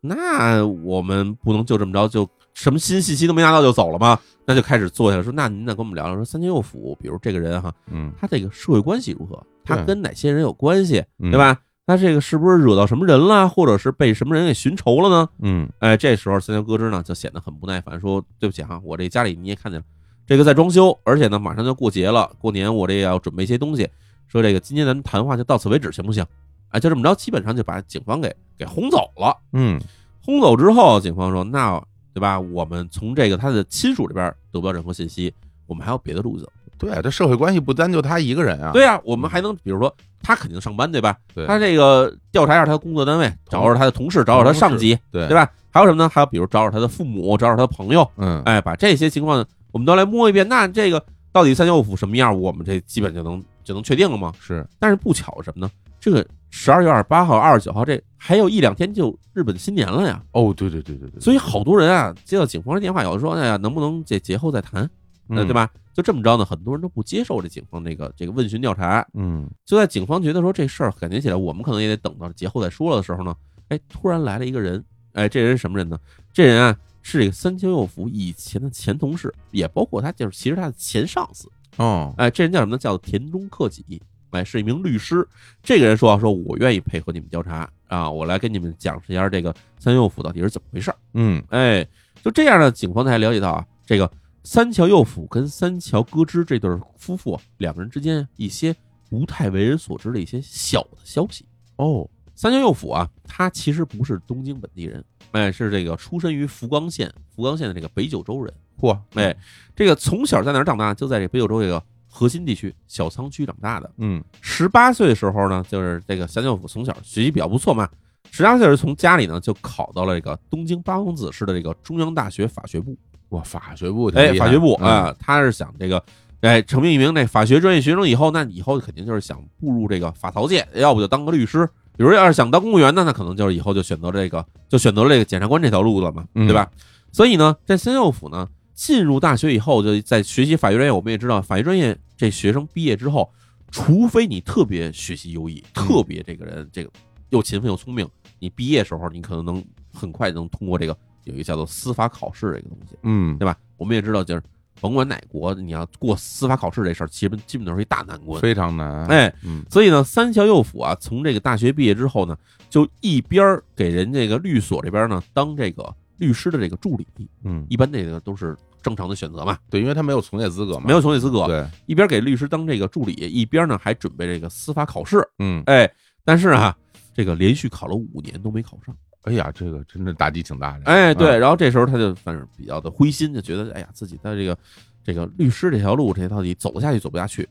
那我们不能就这么着就什么新信息都没拿到就走了吗？那就开始坐下说，那您再跟我们聊聊，说三千右府，比如这个人哈，
嗯，
他这个社会关系如何？他
对嗯
跟哪些人有关系，
对
对？吧？他这个是不是惹到什么人了，或者是被什么人给寻仇了呢？
嗯
哎，这时候三桥歌之呢就显得很不耐烦，说：“对不起啊，我这家里你也看见了，这个在装修，而且呢马上就过节了，过年我这也要准备一些东西，说这个今天咱们谈话就到此为止，行不行？”哎，就这么着，基本上就把警方给给轰走了。
嗯
轰走之后，警方说：“那对吧？我们从这个他的亲属这边得不到任何信息，我们还有别的路子。
对啊，这社会关系不单就他一个人啊，
对啊，我们还能比如说他肯定上班对吧？
对
他这个调查一下他的工作单位，找找他的同事，找找他上级，
对
对吧？还有什么呢？还有比如找找他的父母，找找他的朋友。”
嗯，
哎，把这些情况我们都来摸一遍。那这个到底三舅府什么样，我们这基本就能就能确定了吗？
是
但是不巧是什么呢？这个十二月二十八号、二十九号，这还有一两天就日本新年了呀。
哦，对对对对对，
所以好多人啊接到警方的电话，有的说，哎呀，能不能这节后再谈？呃，对
吧？
吧？就这么着呢，很多人都不接受这警方这个这个问询调查。
嗯
就在警方觉得说这事儿感觉起来，我们可能也得等到节后再说了的时候呢，哎，突然来了一个人，哎，这人是什么人呢？这人啊是这个三清右辅以前的前同事，也包括他就是其实他的前上司，
哦，
哎，这人叫什么呢？叫田中克己，哎，是一名律师。这个人说啊，说我愿意配合你们调查啊，我来跟你们讲一下这个三右辅到底是怎么回事儿。
嗯
哎，就这样呢，警方才了解到啊，这个三桥右辅跟三桥歌之这对夫妇啊两个人之间一些不太为人所知的一些小的消息。
哦，
三桥右辅啊，他其实不是东京本地人，哎，是这个出身于福冈县，福冈县的这个北九州人。
嚯，
哎，这个从小在哪儿长大？就在这北九州这个核心地区小仓区长大的。
嗯
十八岁的时候呢，就是这个三舅父从小学习比较不错嘛。十八岁是从家里呢就考到了这个东京八王子市的这个中央大学法学部，
哇，法学部挺
哎，
厉害
法学部
嗯
啊、他是想这个，哎，成为一名那法学专业学生以后，那以后肯定就是想步入这个法曹界，要不就当个律师，比如要是想当公务员呢，那可能就是以后就选择这个，就选择了这个检察官这条路了嘛，
嗯
对吧？所以呢，这三舅府呢，进入大学以后，就在学习法学专业，我们也知道，法学专业这学生毕业之后，除非你特别学习优异，
嗯
特别这个人这个又勤奋又聪明，你毕业时候你可能能很快能通过这个有一个叫做司法考试这个东西。
嗯，
对吧？我们也知道，就是甭管哪国，你要过司法考试这事儿，基本基本都是一大难关。
非常难，
哎，
嗯
所以呢，三桥右辅啊，从这个大学毕业之后呢，就一边儿给人这个律所这边呢当这个律师的这个助理，
嗯，
一般这个都是正常的选择嘛，
对，因为他没有从业资格嘛，
没有从业资格，
嗯对，
一边给律师当这个助理，一边呢还准备这个司法考试。
嗯，
哎，但是啊，这个连续考了五年都没考上。
哎呀，这个真的打击挺大的，
哎，
啊
对，，然后这时候他就反正比较的灰心，就觉得哎呀，自己在这个这个律师这条路，这到底走得下去走不下去。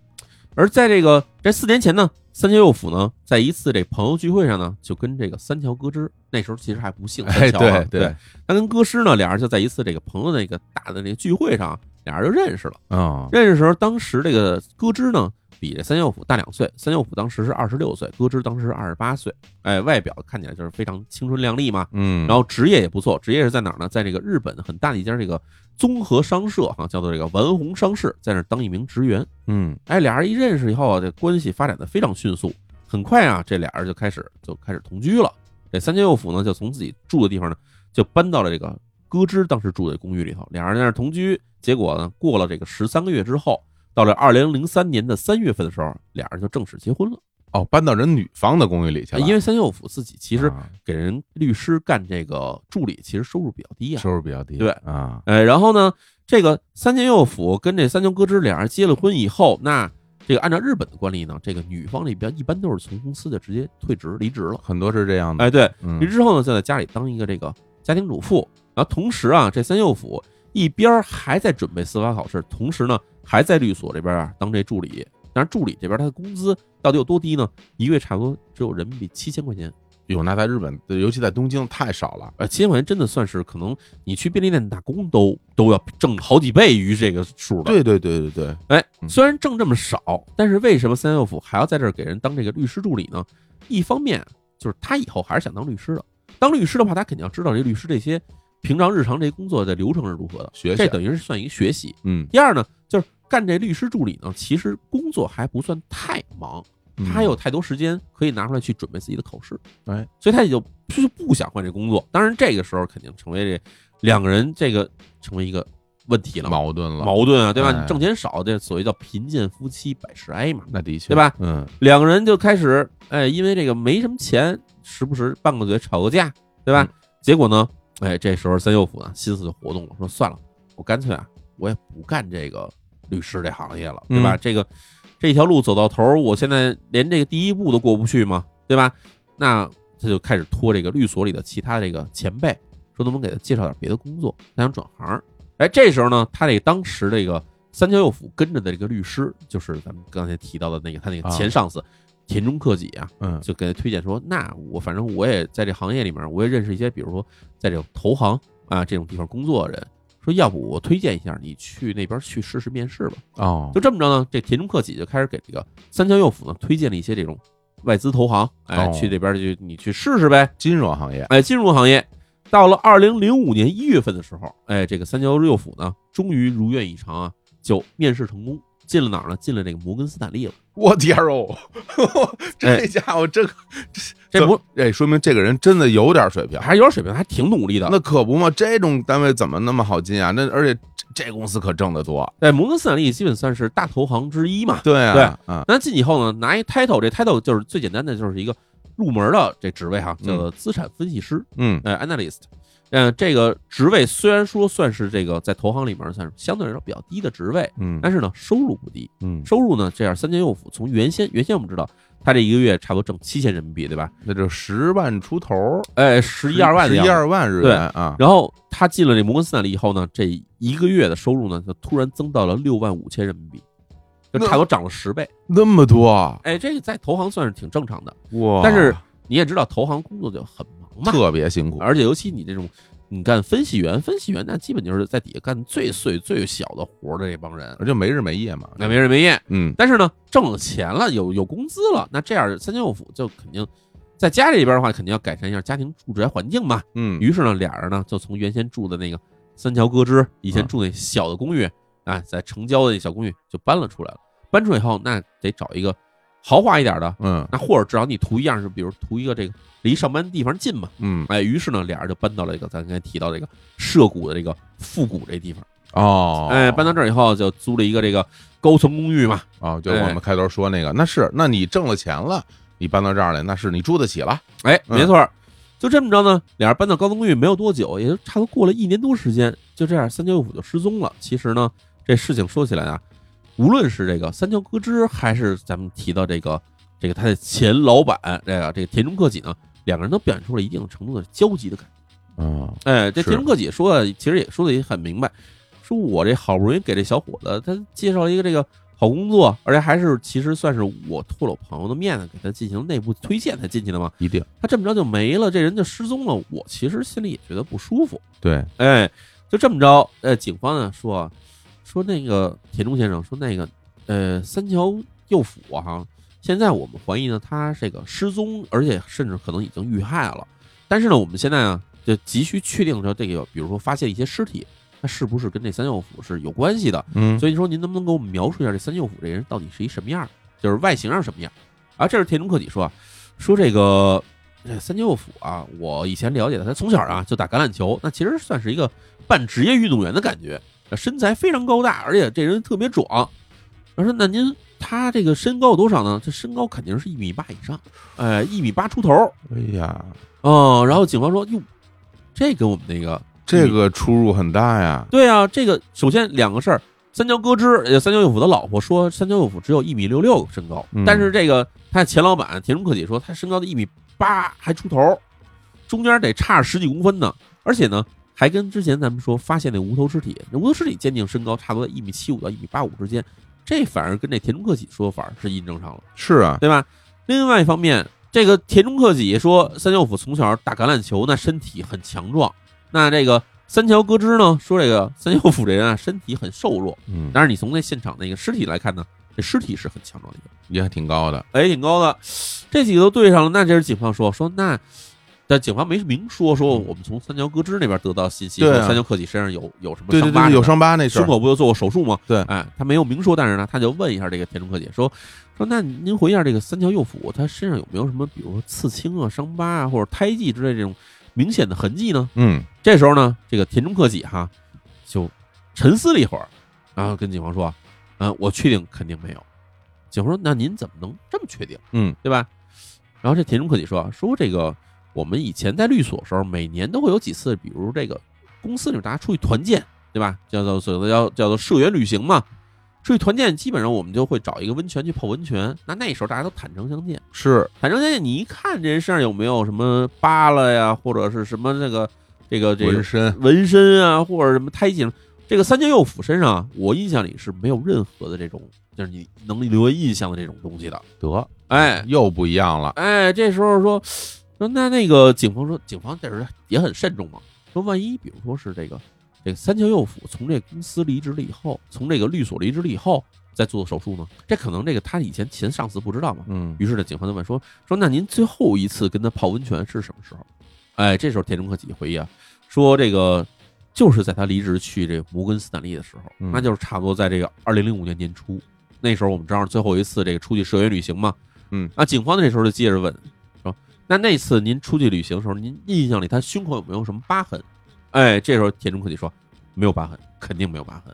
而在这个这四年前呢，三桥右辅呢，在一次这朋友聚会上呢，就跟这个三桥歌之，那时候其实还不姓三
哎，
桥啊、
对
对，，他跟歌之呢，俩人就在一次这个朋友的那个大的那个聚会上，俩人就认识了。
啊，
认识的时候，当时这个歌之呢，比这三舅府大两岁，三舅府当时是二十六岁，歌之当时是二十八岁，哎，外表看起来就是非常青春靓丽嘛，
嗯，
然后职业也不错，职业是在哪儿呢？在这个日本很大的一家这个综合商社哈、叫做这个丸红商事，在那儿当一名职员。
嗯
哎，俩人一认识以后啊，这关系发展的非常迅速，很快啊，这俩人就开始就开始同居了。这三间右辅呢，就从自己住的地方呢，就搬到了这个歌之当时住的公寓里头，俩人在那儿同居。结果呢，过了这个十三个月之后，到了二零零三年的三月份的时候，俩人就正式结婚了。
哦，搬到人女方的公寓里去了，
哎因为三间右辅自己其实哎
啊
给人律师干这个助理，其实收入比较低啊，
收入比较低，
对
啊，
呃哎，然后呢，这个三间右辅跟这三桥歌之俩人结了婚以后，那这个按照日本的惯例呢，这个女方这边一般都是从公司就直接退职离职了。
很多是这样的。
哎，对，
嗯
离职之后呢，就在家里当一个这个家庭主妇。然后同时啊，这三右辅一边儿还在准备司法考试，同时呢还在律所这边啊当这助理。但是助理这边他的工资到底有多低呢？一个月差不多只有人民币七千块钱。
有那在日本，尤其在东京太少了。
呃，七千块钱真的算是可能你去便利店打工都都要挣好几倍于这个数的。
对对对对对，
哎，
嗯
虽然挣这么少，但是为什么三舅父还要在这儿给人当这个律师助理呢？一方面就是他以后还是想当律师的，当律师的话，他肯定要知道这律师这些平常日常这些工作的流程是如何的，
学
这
习，
等于是算一个学习。
嗯，
第二呢，就是干这律师助理呢，其实工作还不算太忙，
嗯
他还有太多时间可以拿出来去准备自己的考试，
哎，
所以他也就就是不想换这工作。当然，这个时候肯定成为这两个人这个成为一个问题了嘛，
矛盾了，
矛盾啊，对吧？
哎
你挣钱少，这所谓叫贫贱夫妻百事哀嘛。
那的确，
对吧？
嗯，
两个人就开始，哎，因为这个没什么钱，时不时拌个嘴吵个架，对吧？
嗯
结果呢，哎，这时候三舅父呢心思就活动了，说算了，我干脆啊，我也不干这个律师这行业了，对吧？
嗯
这个这条路走到头儿，我现在连这个第一步都过不去嘛，对吧？那他就开始托这个律所里的其他这个前辈，说能不能给他介绍点别的工作，他想转行。哎，这时候呢，他这当时这个三桥右辅跟着的这个律师，就是咱们刚才提到的那个他那个
啊
前上司、田中克己啊，
嗯，
就给他推荐说，那我反正我也在这行业里面，我也认识一些，比如说在这种投行啊这种地方工作的人，说要不我推荐一下你去那边去试试面试吧。
哦，
就这么着呢，这田中克己就开始给这个三桥右辅呢推荐了一些这种外资投行，哎，
哦
去这边去你去试试呗。
金融行业，
哎，金融行业。到了二零零五年一月份的时候，哎，这个三桥右辅呢，终于如愿以偿啊，就面试成功，进了哪儿呢？进了这个摩根斯坦利了。
我天儿哦，
哎
这家伙这个
这不
哎，说明这个人真的有点水平。
还是有点水平，还挺努力的。
那可不嘛，这种单位怎么那么好进啊？那而且这这公司可挣得多，
哎，摩根斯坦利基本算是大投行之一嘛。
对啊，
对
嗯，
那进以后呢，拿一 title，这 title 就是最简单的，就是一个入门的这职位哈，叫做资产分析师，
嗯
呃，analyst。嗯，这个职位虽然说算是这个在投行里面算是相对来说比较低的职位，
嗯
但是呢，收入不低。
嗯，
收入呢，这样三千右辅从原先原先我们知道，他这一个月差不多挣七千人民币，对吧？
那就十万出头，
哎，十一二万的
十
样
一
子。
二万日
对
元啊，
然后他进了这摩根斯坦利以后呢，这一个月的收入呢，就突然增到了六万五千人民币，就
那
差不多涨了十倍。
那么多啊
哎，这个在投行算是挺正常的，
哇！
但是你也知道，投行工作就很忙嘛，
特别辛苦，
而且尤其你这种。你干分析员，分析员那基本就是在底下干最碎最小的活儿的这帮人，
而且没日没夜嘛，
那没日没夜，
嗯，
但是呢，挣了钱了，有有工资了，那这样三千六府就肯定在家里边的话，肯定要改善一下家庭住宅环境嘛。
嗯
于是呢，俩人呢就从原先住的那个三桥歌之以前
嗯
住那小的公寓，啊，在城郊的那小公寓就搬了出来了。搬出来以后，那得找一个豪华一点的，
嗯
那或者至少你图一样是，比如图一个这个离上班地方近嘛。
嗯
哎，于是呢，俩人就搬到了一个咱刚才提到这个涉谷的这个复古这地方。
哦，
哎，搬到这儿以后就租了一个这个高层公寓嘛。
哦，就我
哎
们开头说那个，那是，那你挣了钱了，你搬到这儿来，那是你住得起了，
哎，
嗯
没错儿，就这么着呢，俩人搬到高层公寓没有多久，也就差不多过了一年多时间，就这样三九五就失踪了。其实呢，这事情说起来啊，无论是这个三桥歌之，还是咱们提到这个这个他的前老板这个这个田中克己呢，两个人都表现出了一定程度的焦急的感
嗯，
觉。哎，这
是
田中克己说的其实也说的也很明白，说我这好不容易给这小伙子他介绍了一个这个。好工作，而且还是其实算是我托了我朋友的面子给他进行内部推荐才进去的嘛。
一定
他这么着就没了，这人就失踪了。我其实心里也觉得不舒服。
对，
哎，就这么着，呃，警方呢说啊，说那个田中先生说那个呃三桥右辅啊哈、现在我们怀疑呢他这个失踪，而且甚至可能已经遇害了。但是呢，我们现在啊就急需确定说这个，比如说发现一些尸体，他是不是跟这三右辅是有关系的？
嗯，
所以说，您能不能给我们描述一下这三舅府这人到底是一什么样儿，就是外形上什么样儿？啊，这是田中克己说啊，说这个这三舅府啊，我以前了解的，他从小啊就打橄榄球，那其实算是一个半职业运动员的感觉，啊身材非常高大，而且这人特别壮。他说：“那您他这个身高有多少呢？这身高肯定是一米八以上，呃，一米八出头儿
哎呀，
哦。然后警方说：“哟，这跟我们那个
这个出入很大呀，
对啊，这个首先两个事儿，三桥歌之，呃，三桥佑辅的老婆说，三桥佑辅只有一米六六身高，
嗯
但是这个他的前老板田中克己说，他身高的一米八还出头，中间得差十几公分呢。而且呢，还跟之前咱们说发现那无头尸体，那无头尸体鉴定身高差不多在一米七五到一米八五之间，这反而跟这田中克己说法是印证上了。
是啊，
对吧？另外一方面，这个田中克己说三舅府从小打橄榄球，那身体很强壮。那这个三桥歌之呢，说这个三舅府这人啊，身体很瘦弱。
嗯，
但是你从那现场那个尸体来看呢，这尸体是很强壮的一个，
也还挺高的，
哎，挺高的。这几个都对上了，那这是警方说说那。但警方没明说，说我们从三桥歌之那边得到信息，
对啊
说三桥克己身上有有什么
对对
伤疤什
对，
么
有
的
伤疤那事
胸
儿，
口不就做过手术吗？
对
哎，他没有明说，但是呢，他就问一下这个田中克姐说说，那您回一下这个三桥右辅，他身上有没有什么，比如说刺青啊、伤疤啊，或者胎记之类这种明显的痕迹呢？
嗯
这时候呢，这个田中克己哈就沉思了一会儿，然后跟警方说，嗯、我确定肯定没有。警方说，那您怎么能这么确定？
嗯，
对吧？然后这田中克己说啊，说这个我们以前在律所时候，每年都会有几次，比如这个公司里面大家出去团建，对吧？叫做所谓的叫叫做社员旅行嘛。出去团建，基本上我们就会找一个温泉去泡温泉。那那时候大家都坦诚相见，
是，
坦诚相见，你一看这人身上有没有什么疤了呀，或者是什么那个这个这个
纹身，
纹身啊，或者什么胎记什么。这个三江右辅身上啊，我印象里是没有任何的这种，就是你能留为印象的这种东西的。
得
哎，
又不一样了，
哎，这时候说说那那个警方说，警方这时候也很慎重嘛，说万一比如说是这个这个三桥右辅从这公司离职了以后，从这个律所离职了以后再做手术呢，这可能这个他以前前上司不知道嘛。
嗯
于是呢，警方就问说说那您最后一次跟他泡温泉是什么时候？哎，这时候田中克己回忆啊，说这个就是在他离职去这个摩根斯坦利的时候，
嗯
那就是差不多在这个二零零五年年初，那时候我们正好最后一次这个出去社员旅行嘛，
嗯，
啊，警方这时候就接着问说，那那次您出去旅行的时候，您印象里他胸口有没有什么疤痕？哎，这时候田中克己说没有疤痕，肯定没有疤痕。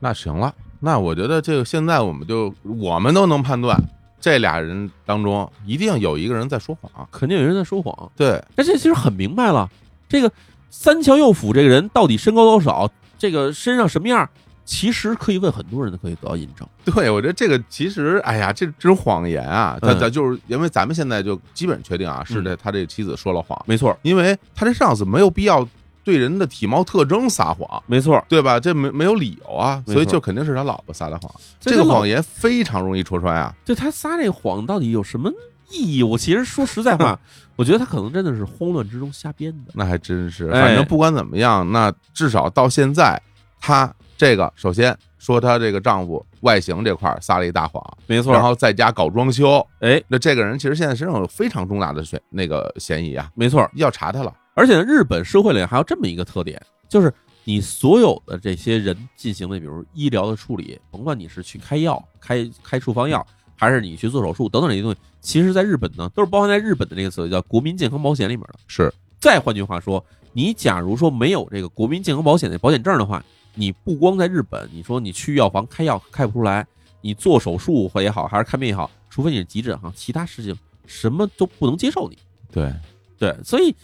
那行了，那我觉得这个现在我们就我们都能判断，这俩人当中一定有一个人在说谎，
肯定有人在说谎。
对，
但这其实很明白了，这个三桥右辅这个人到底身高多少，这个身上什么样，其实可以问很多人都可以得到印证。
对，我觉得这个其实，哎呀，这这种谎言啊，
嗯
咱咱就是因为咱们现在就基本确定啊，是
嗯
这他这妻子说了谎，
没错，
因为他这上司没有必要对人的体貌特征撒谎，
没错，
对吧？这没没有理由啊，
没错
所以就肯定是他老婆撒的谎。
这
这
个
个
老
谎言非常容易戳穿啊，
对他撒这谎到底有什么意义？我其实说实在 话，我觉得他可能真的是慌乱之中瞎编的。
那还真是。
哎
反正不管怎么样，那至少到现在，她这个首先说她这个丈夫外形这块儿撒了一大谎，
没错
然后在家搞装修，
哎，
那这个人其实现在身上有非常重大的嫌那个嫌疑啊，
没错。
要查他了。
而且日本社会里还有这么一个特点，就是你所有的这些人进行的，比如医疗的处理，甭管你是去开药、开开处方药，还是你去做手术等等这些东西，其实在日本呢，都是包含在日本的这个所谓叫国民健康保险里面的。
是，
再换句话说，你假如说没有这个国民健康保险的保险证的话，你不光在日本，你说你去药房开药开不出来，你做手术或也好，还是看病也好，除非你是急诊哈，其他事情什么都不能接受你。
对，
对，所以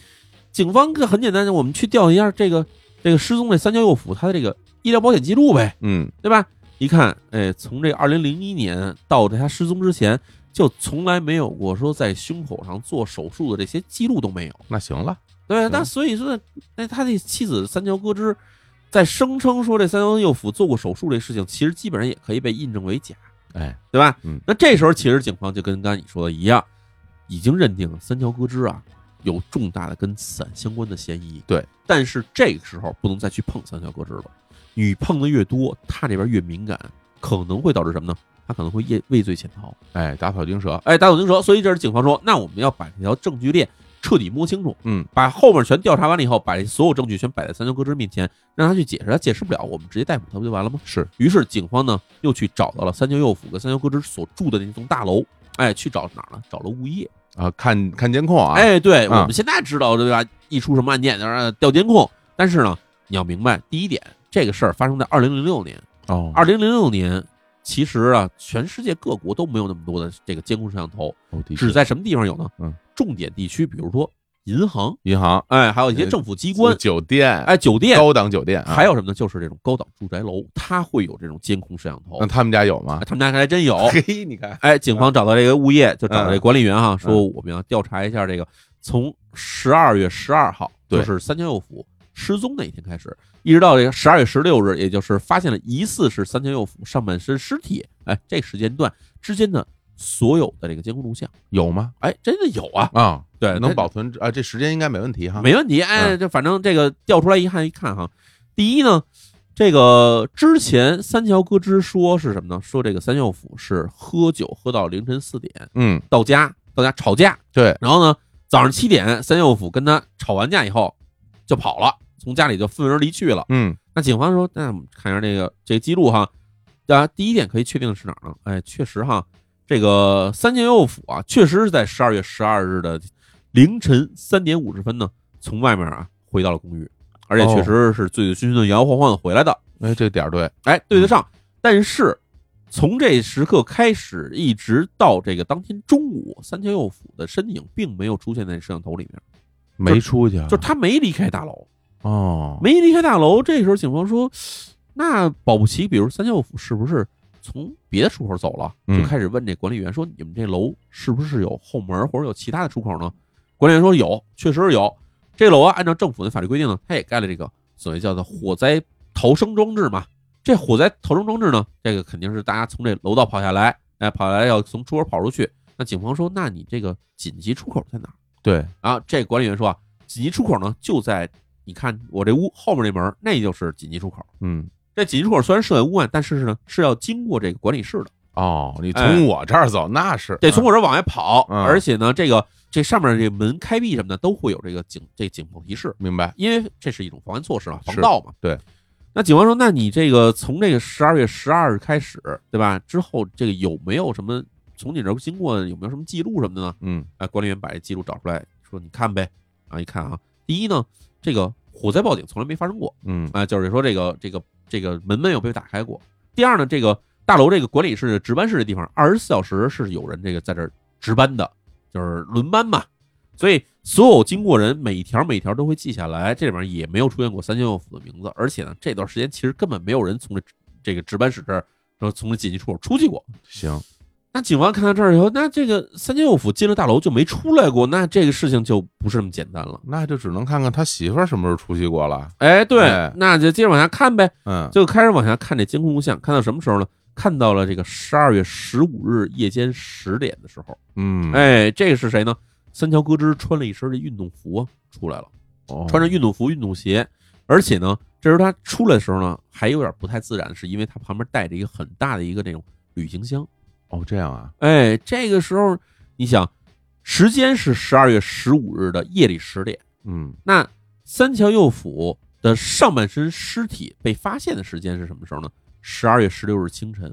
警方这很简单，我们去调一下这个这个失踪的三江右辅他的这个医疗保险记录呗，
嗯，
对吧？一看，哎，从这二零零一年到他失踪之前，就从来没有过说在胸口上做手术的这些记录都没有。
那行了，
对，
嗯
那所以说呢，那他的妻子三桥歌之，在声称说这三桥右辅做过手术这事情，其实基本上也可以被印证为假，
哎，
对吧？
嗯
那这时候其实警方就跟刚才你说的一样，已经认定了三桥歌之啊有重大的跟伞相关的嫌疑。
对，
但是这个时候不能再去碰三桥歌之了，你碰的越多，他这边越敏感，可能会导致什么呢？他可能会畏畏罪潜逃。
哎，打草惊蛇，
哎，打草惊蛇。所以这是警方说，那我们要把这条证据链彻底摸清楚，
嗯，
把后面全调查完了以后，把所有证据全摆在三桥歌之面前，让他去解释，他解释不了，我们直接逮捕他不就完了吗？
是，
于是警方呢又去找到了三桥右辅跟三桥歌之所住的那栋大楼，哎，去找哪儿呢？找了物业。
啊，看看监控啊，，
哎，对，
啊
我们现在知道对吧？一出什么案件，然后调监控。但是呢，你要明白第一点，这个事儿发生在二零零六年。
哦，
二零零六年，其实啊，全世界各国都没有那么多的这个监控摄像头，
哦的确
只在什么地方有呢？
嗯，
重点地区，比如说银行，
银行、
哎，还有一些政府机关，
酒店、
哎，酒店，
高档酒店，啊
还有什么呢？就是这种高档住宅楼，它会有这种监控摄像头
那。他们家有吗
哎？他们家还真 有。
嘿，你看，
哎，警方找到这个物业，就找到这管理员哈，说
嗯
我们要调查一下这个从十二月十二号，
对
就是三江右辅失踪那一天开始，一直到这个十二月十六日，也就是发现了疑似是三江右辅上半身尸体，哎，这时间段之间的所有的这个监控录像，
有吗？
哎，真的有啊，
啊，
对，
能
它
保存啊，这时间应该没问题哈。
没问题，哎，这反正这个调出来一看一看哈，第一呢，这个之前三桥歌之说是什么呢？说这个三舅府是喝酒喝到凌晨四点
嗯，
到家，到家吵架，
对，
然后呢早上七点三舅府跟他吵完架以后就跑了，从家里就愤而离去了。
嗯，
那警方说，那我们看一下这个这个记录哈，大家第一点可以确定的是哪儿呢？哎，确实哈，这个三间右府啊，确实是在十二月十二日的凌晨三点五十分呢，从外面啊回到了公寓，而且确实是醉醉醺醺的、摇摇晃晃的回来的。
哎，这点儿对，
哎，对得上，但是。从这时刻开始，一直到这个当天中午，三间右府的身影并没有出现在摄像头里面，
没出去啊，
就他没离开大楼。
哦，
没离开大楼。这时候警方说，那保不齐，比如三教府是不是从别的出口走了？
嗯
就开始问这管理员说，你们这楼是不是有后门或者有其他的出口呢？管理员说有，确实是有。这楼啊，按照政府的法律规定呢，它也盖了这个所谓叫做火灾逃生装置嘛。这火灾逃生装置呢，这个肯定是大家从这楼道跑下来，哎，跑下来要从出口跑出去。那警方说，那你这个紧急出口在哪儿？
对，
啊，这管理员说啊，紧急出口呢就在你看我这屋后面那门儿，那就是紧急出口。
嗯，
这紧急出口虽然设在屋外，但是呢是要经过这个管理室的，
哦，你
哎
从我这儿走那是
得从我这儿往外跑，
嗯
而且呢这个这上面这门开闭什么的都会有这个警这警报提示，
明白，
因为这是一种防范措施嘛，防
是
盗嘛。
对。
那警方说，那你这个从这个十二月十二日开始，对吧？之后这个有没有什么从你这儿经过有没有什么记录什么的呢？
嗯，
哎，管理员把这记录找出来，说你看呗。啊，一看啊，第一呢，这个火灾报警从来没发生过，
嗯，
啊，就是说这个这个这个门没有被打开过。第二呢，这个大楼这个管理室、值班室这地方，二十四小时是有人这个在这儿值班的，就是轮班嘛。所以所有经过人每一条每一条都会记下来，这里面也没有出现过三间右府的名字，而且呢，这段时间其实根本没有人从这这个值班室这儿，说从这紧急出口出去过。
行，
那警方看到这儿以后，那这个三间右府进了大楼就没出来过，那这个事情就不是那么简单了。
那就只能看看他媳妇儿什么时候出去过了，
哎，对，
哎
那就接着往下看呗，
嗯，
就开始往下看这监控录像，看到什么时候呢？看到了这个十二月十五日夜间十点的时候，
嗯，，
哎，这个是谁呢？三桥歌之穿了一身这运动服啊，出来了，
哦
穿着运动服、运动鞋，而且呢，这时候他出来的时候呢，还有点不太自然，是因为他旁边带着一个很大的一个那种旅行箱。
哦这样啊，
哎，这个时候你想，时间是十二月十五日的夜里十点，
嗯，
那三桥右辅的上半身尸体被发现的时间是什么时候呢？十二月十六日清晨。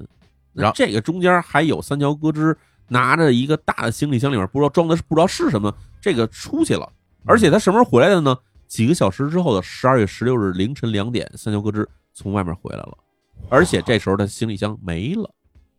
然
那
后
这个中间还有三桥歌之拿着一个大的行李箱，里面不知道装的是不知道是什么，这个出去了。而且他什么时候回来的呢？几个小时之后的十二月十六日凌晨两点，三桥歌之从外面回来了，而且这时候他行李箱没了。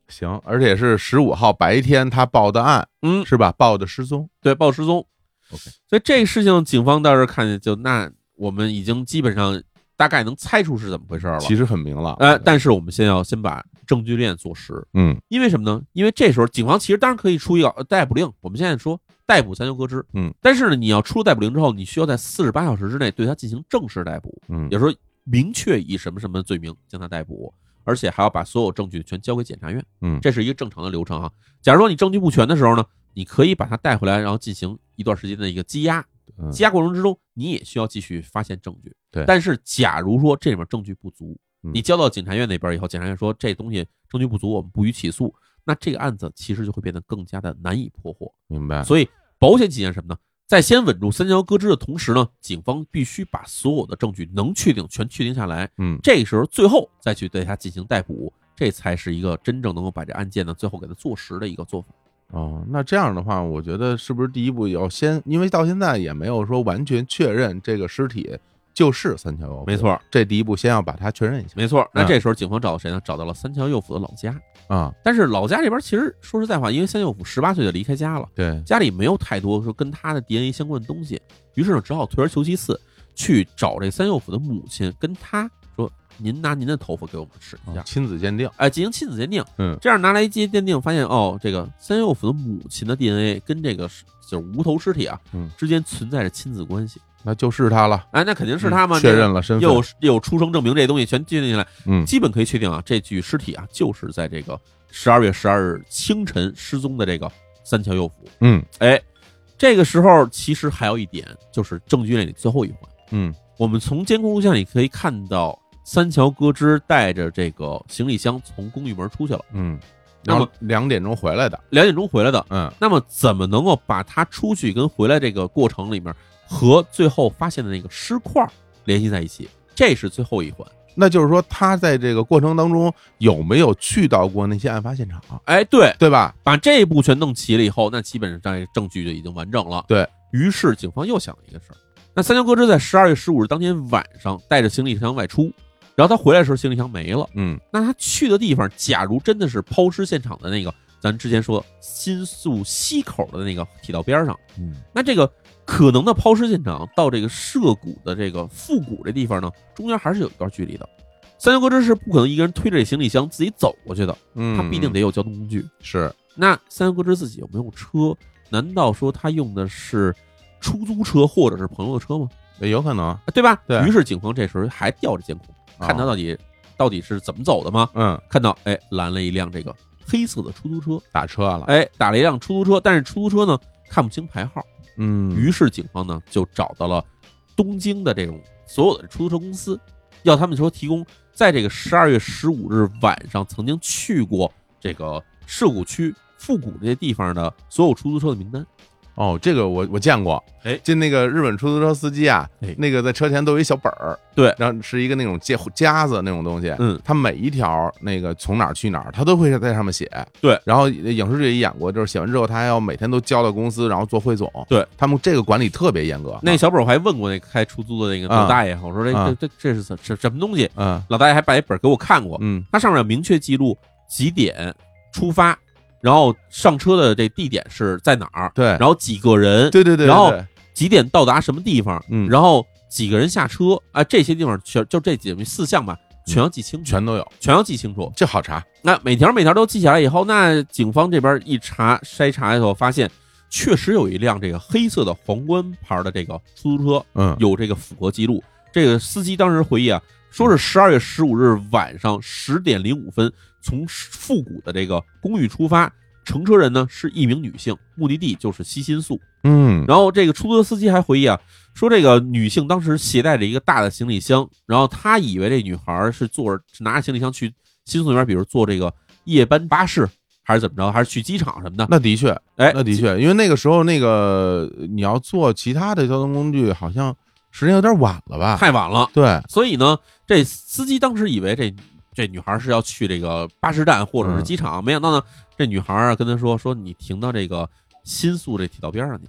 行，而且是十五号白天他报的案，
嗯，
是吧？报的失踪，
对，报失踪。
OK
所以这事情警方到这儿看见就，那我们已经基本上大概能猜出是怎么回事了。
其实很明朗，
呃，但是我们先要先把证据链做实，
嗯
因为什么呢？因为这时候警方其实当然可以出一个呃逮捕令，我们现在说逮捕三丘革之，
嗯，
但是呢，你要出了逮捕令之后，你需要在四十八小时之内对他进行正式逮捕，
嗯
也就是说明确以什么什么罪名将他逮捕，而且还要把所有证据全交给检察院，
嗯
这是一个正常的流程啊。假如说你证据不全的时候呢，你可以把他带回来，然后进行一段时间的一个羁押，
嗯
羁押过程之中，你也需要继续发现证据。
对
但是假如说这里面证据不足，
嗯
你交到检察院那边以后，检察院说这东西证据不足，我们不予起诉，那这个案子其实就会变得更加的难以破获。
明白，
所以保险起见是什么呢？在先稳住三桥歌之的同时呢，警方必须把所有的证据能确定全确定下来，
嗯
这时候最后再去对他进行逮捕，这才是一个真正能够把这案件呢最后给它坐实的一个做法。
哦，那这样的话，我觉得是不是第一步要先，因为到现在也没有说完全确认这个尸体就是三桥右辅。
没，错，
这第一步先要把它确认一下
没错。那
嗯
这时候警方找到谁呢？找到了三桥右辅的老家。
啊。
但是老家这边其实说实在话，因为三桥右辅十八岁就离开家了，
对，
家里没有太多说跟他的 DNA 相关的东西，于是呢，只好退而求其次，去找这三右辅的母亲，跟他说：“您拿您的头发给我们试一下。
啊亲子鉴定，
哎，进行亲子鉴定，
嗯，
这样拿来一鉴定，发现哦，这个三右辅的母亲的 DNA 跟这个是就是无头尸体啊，
嗯
之间存在着亲子关系。
那就是他了，
哎，那肯定是他嘛，
嗯确
这个
认了身份
又，有又有出生证明这些东西全确定下来，
嗯，
基本可以确定啊，这具尸体啊就是在这个十二月十二日清晨失踪的这个三桥右辅。
嗯
哎，这个时候其实还有一点，就是证据链里最后一环。
嗯
我们从监控录像里可以看到，三桥歌之带着这个行李箱从公寓门出去了，
嗯，
那
然
么
后两点钟回来的，
两点钟回来的。
嗯
那么怎么能够把他出去跟回来这个过程里面和最后发现的那个尸块儿联系在一起？这是最后一环。
那就是说他在这个过程当中有没有去到过那些案发现场，
哎，对，
对吧？
把这一步全弄齐了以后，那基本上这证据就已经完整了。
对
于是，警方又想了一个事儿。那三桥歌之在十二月十五日当天晚上带着行李箱外出，然后他回来的时候行李箱没了。
嗯
那他去的地方，假如真的是抛尸现场的那个，咱之前说新宿西口的那个铁道边上，
嗯
那这个可能的抛尸现场到这个涉谷的这个复古这地方呢，中间还是有一段距离的。三桥歌之是不可能一个人推着这行李箱自己走过去的，
嗯，
他必定得有交通工具。
是
那三哥之自己有没有车？难道说他用的是出租车或者是朋友的车吗？
有可能，
啊对吧？
对
于是警方这时候还调着监控，看他
啊
到底、到底是怎么走的吗？
嗯
看到哎，拦了一辆这个黑色的出租车，
打车了，
哎，打了一辆出租车，但是出租车呢看不清牌号，
嗯，
于是警方呢就找到了东京的这种所有的出租车公司，要他们说提供在这个十二月十五日晚上曾经去过这个涉谷区复古这些地方的所有出租车的名单。
哦，这个我我见过，
哎
就那个日本出租车司机啊
哎，
那个在车前都有一小本儿，
对
然后是一个那种夹夹子那种东西，
嗯，
他每一条那个从哪儿去哪儿，他都会在上面写，
对，
然后影视剧也演过，就是写完之后他还要每天都交到公司，然后做汇总，
对
他们这个管理特别严格，
那小本儿我还问过那开出租的那个老
啊
大爷，我说这
啊
这这这是什什什么东西？
嗯
老大爷还把一本儿给我看过，
嗯
它上面有明确记录几点出发，然后上车的这地点是在哪儿，
对，
然后几个人，
对对对，
然后
对
几点到达什么地方，
嗯
然后几个人下车啊，这些地方全就这几四项吧，全要记清楚，
嗯全都有，
全要记清楚。
这好查，
那每条每条都记下来以后，那警方这边一查筛查以后，发现确实有一辆这个黑色的皇冠牌的这个出租车
嗯
有这个符合记录。这个司机当时回忆啊，说是十二月十五日晚上十点零五分从复古的这个公寓出发，乘车人呢是一名女性，目的地就是西新宿。
嗯
然后这个出租车司机还回忆啊，说这个女性当时携带着一个大的行李箱，然后他以为这女孩是坐着是拿着行李箱去新宿那边，比如坐这个夜班巴士还是怎么着，还是去机场什么的。
那的确，
哎，
那的确，因为那个时候那个呃你要坐其他的交通工具，好像时间有点晚了吧？
太晚了。
对，
所以呢，这司机当时以为这这女孩是要去这个巴士站或者
嗯
是机场，没想到呢，这女孩啊跟他说说你停到这个新宿这铁道边上去。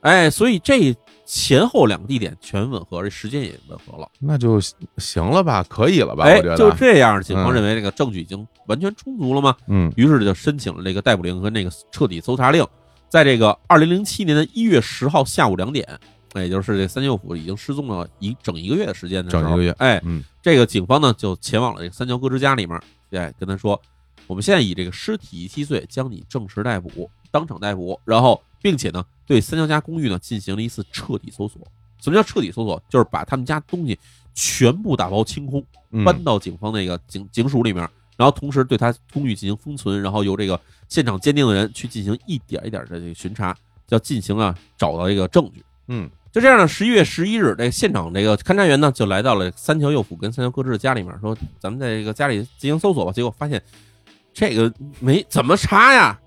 哎，所以这前后两个地点全吻合，这时间也吻合了。
那就行了吧，可以了吧？
哎
我觉，
就
得，
这样，警方
嗯
认为这个证据已经完全充足了嘛，
嗯
于是就申请了这个逮捕令和那个彻底搜查令。在这个二零零七年的一月十号下午两点，哎也就是这三舅府已经失踪了一整一个月的时间的时候，
整一个月
哎，
嗯
这个警方呢就前往了这个三桥歌之家里面，哎，跟他说，我们现在以这个尸体遗弃罪将你正式逮捕，当场逮捕，然后并且呢对三桥家公寓呢进行了一次彻底搜索。什么叫彻底搜索？就是把他们家东西全部打包清空，
嗯，
搬到警方那个警警署里面，然后同时对他公寓进行封存，然后由这个现场鉴定的人去进行一点一点的这个巡查，要进行啊找到这个证据。
嗯
就这样呢，十一月十一日，这个现场这个勘查员呢就来到了三桥右辅跟三桥歌之的家里面，说咱们在这个家里进行搜索吧。结果发现这个没怎么查 呀，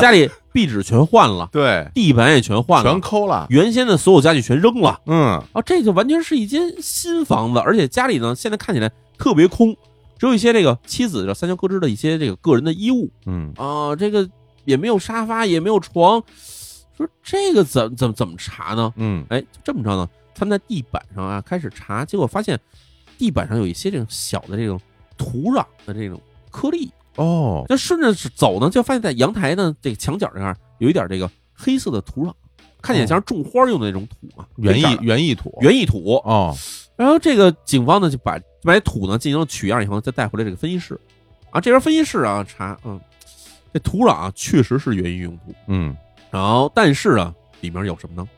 家里壁纸全换了，
对，
地板也全换
全
了，
抠了，
原先的所有家具全扔了。
嗯
啊，这就完全是一间新房子，而且家里呢现在看起来特别空，只有一些这个妻子的三桥歌之的一些这个个人的衣物
嗯，
啊、这个也没有沙发，也没有床，说这个怎怎怎么查呢？
嗯
哎，就这么着呢，他们在地板上啊开始查，结果发现地板上有一些这种小的这种土壤的这种颗粒。
哦，
那顺着走呢，就发现在阳台呢这个墙角这儿啊有一点这个黑色的土壤，看起来像是种花用的那种土嘛，
哦园
这
艺
样
园艺土，
园艺土。
哦，
然后这个警方呢就把把土呢进行了取样以后，再带回来这个分析室啊，这边分析室啊查，嗯，这土壤啊确实是园艺用土，
嗯，
然后但是啊里面有什么呢？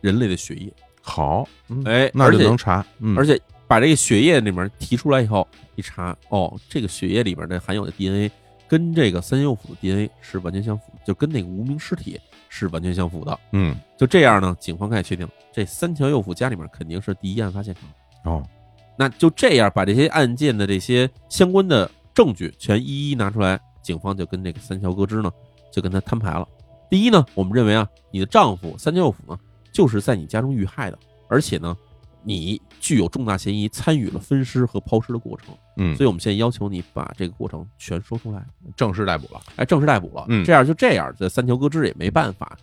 人类的血液，
好，嗯
哎，
那
而
就
且
能查，嗯，
而且把这个血液里面提出来以后，一查，哦，这个血液里面的含有的 DNA 跟这个三右府的 DNA 是完全相符，就跟那个无名尸体是完全相符的。
嗯，
就这样呢，警方开始确定这三桥右辅家里面肯定是第一案发现场。
哦，
那就这样把这些案件的这些相关的证据全一一拿出来，警方就跟这个三桥歌之呢，就跟他摊牌了。第一呢，我们认为啊，你的丈夫三桥右辅呢，就是在你家中遇害的，而且呢，你具有重大嫌疑，参与了分尸和抛尸的过程，
嗯，
所以我们现在要求你把这个过程全说出来，
正式逮捕了，
哎，正式逮捕了。
嗯
这样就这样，这三桥歌之也没办法，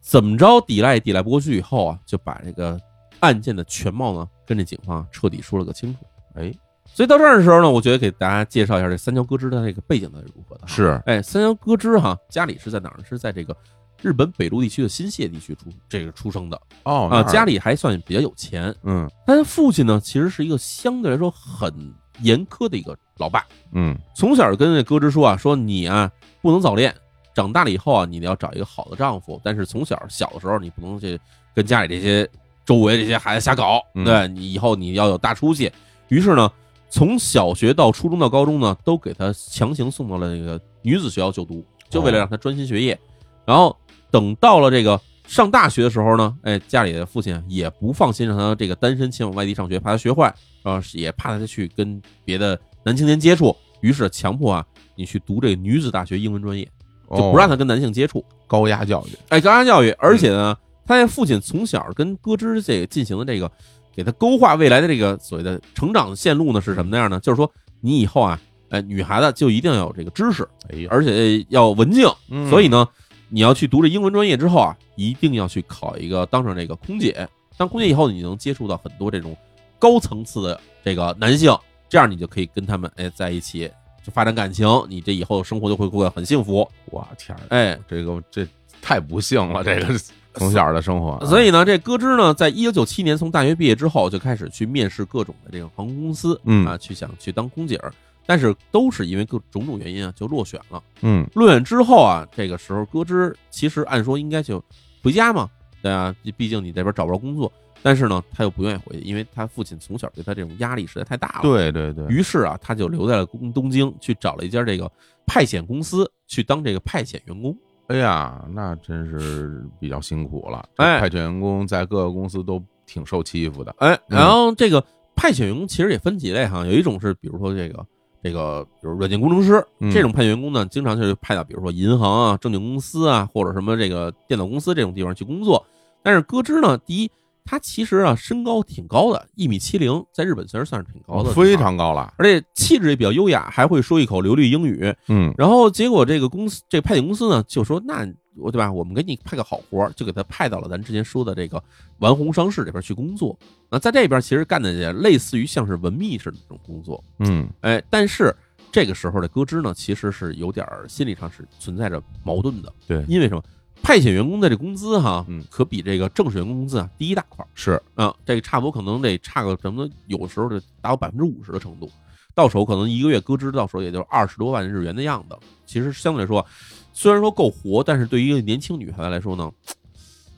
怎么着抵赖也抵赖不过去以后啊，就把这个案件的全貌呢，跟这警方啊彻底说了个清楚。
哎，
所以到这儿的时候呢，我觉得给大家介绍一下这三桥歌之的这个背景到底是如何的。，
是，
哎，三桥歌之哈，家里是在哪儿呢？是在这个日本北陆地区的新泻地区出这个出生的
哦，
啊，
那儿
家，里还算比较有钱。
嗯
但是父亲呢，其实是一个相对来说很严苛的一个老爸，
嗯，
从小跟这歌之说啊，说你啊不能早恋，长大了以后啊，你要找一个好的丈夫，但是从小小的时候你不能去跟家里这些周围这些孩子瞎搞，
嗯
对你以后你要有大出息。于是呢，从小学到初中到高中呢，都给他强行送到了那个女子学校就读，就为了让他专心学业。然后等到了这个上大学的时候呢，哎，家里的父亲也不放心让他这个单身前往外地上学，怕他学坏，啊，也怕他去跟别的男青年接触，于是强迫啊你去读这个女子大学英文专业，就不让
他
他跟男性接触，
哦高压教育，
哎，高压教育。而且呢，他的父亲从小跟歌之这个进行的这个给他勾画未来的这个所谓的成长线路呢是什么样呢？就是说你以后啊，哎，女孩子就一定要有这个知识，
哎呀，
而且要文静，
嗯
所以呢，你要去读这英文专业之后啊，一定要去考一个当上这个空姐。当空姐以后，你能接触到很多这种高层次的这个男性，这样你就可以跟他们哎在一起就发展感情，你这以后生活就会过得很幸福。
我天儿，
哎，
这个这太不幸了，这个从小的生活啊，
呃所以呢，这歌之呢，在一九九七年从大学毕业之后，就开始去面试各种的这种航空公司，
嗯
啊，去想去当空姐儿，但是都是因为各种种原因啊，就落选了。
嗯
论选之后啊，这个时候歌之其实按说应该就回家嘛，对啊，毕竟你这边找不着工作，但是呢，他又不愿意回去，因为他父亲从小对他这种压力实在太大了。，
对对对，
于是啊，他就留在了东东京，去找了一家这个派遣公司去当这个派遣员工。
哎呀，那真是比较辛苦了。
哎
这派遣员工在各个公司都挺受欺负的。
哎，
嗯
然后这个派遣员工其实也分几类哈，有一种是比如说这个这个，比如软件工程师
嗯
这种派遣员工呢，经常就是派到比如说银行啊、证券公司啊，或者什么这个电脑公司这种地方去工作。但是歌之呢，第一，他其实啊身高挺高的，一米七零，在日本虽然算是挺高的，
非，常高了。
而且气质也比较优雅，还会说一口流利英语。
嗯，
然后结果这个公司这派遣公司呢就说那。我对吧？我们给你派个好活儿，就给他派到了咱之前说的这个丸红商事里边去工作。那在这边其实干的也类似于像是文秘似的这种工作，
嗯，
哎，但是这个时候的歌之呢，其实是有点儿心理上是存在着矛盾的，
对
因为什么？派遣员工的这工资哈，
嗯
可比这个正式员工工资啊低一大块儿
是，
啊，这个差不多可能得差个什么，有时候得达到百分之五十的程度，到手可能一个月咯吱，到手也就二十多万日元的样子。其实相对来说，虽然说够活，但是对于一个年轻女孩子来说呢，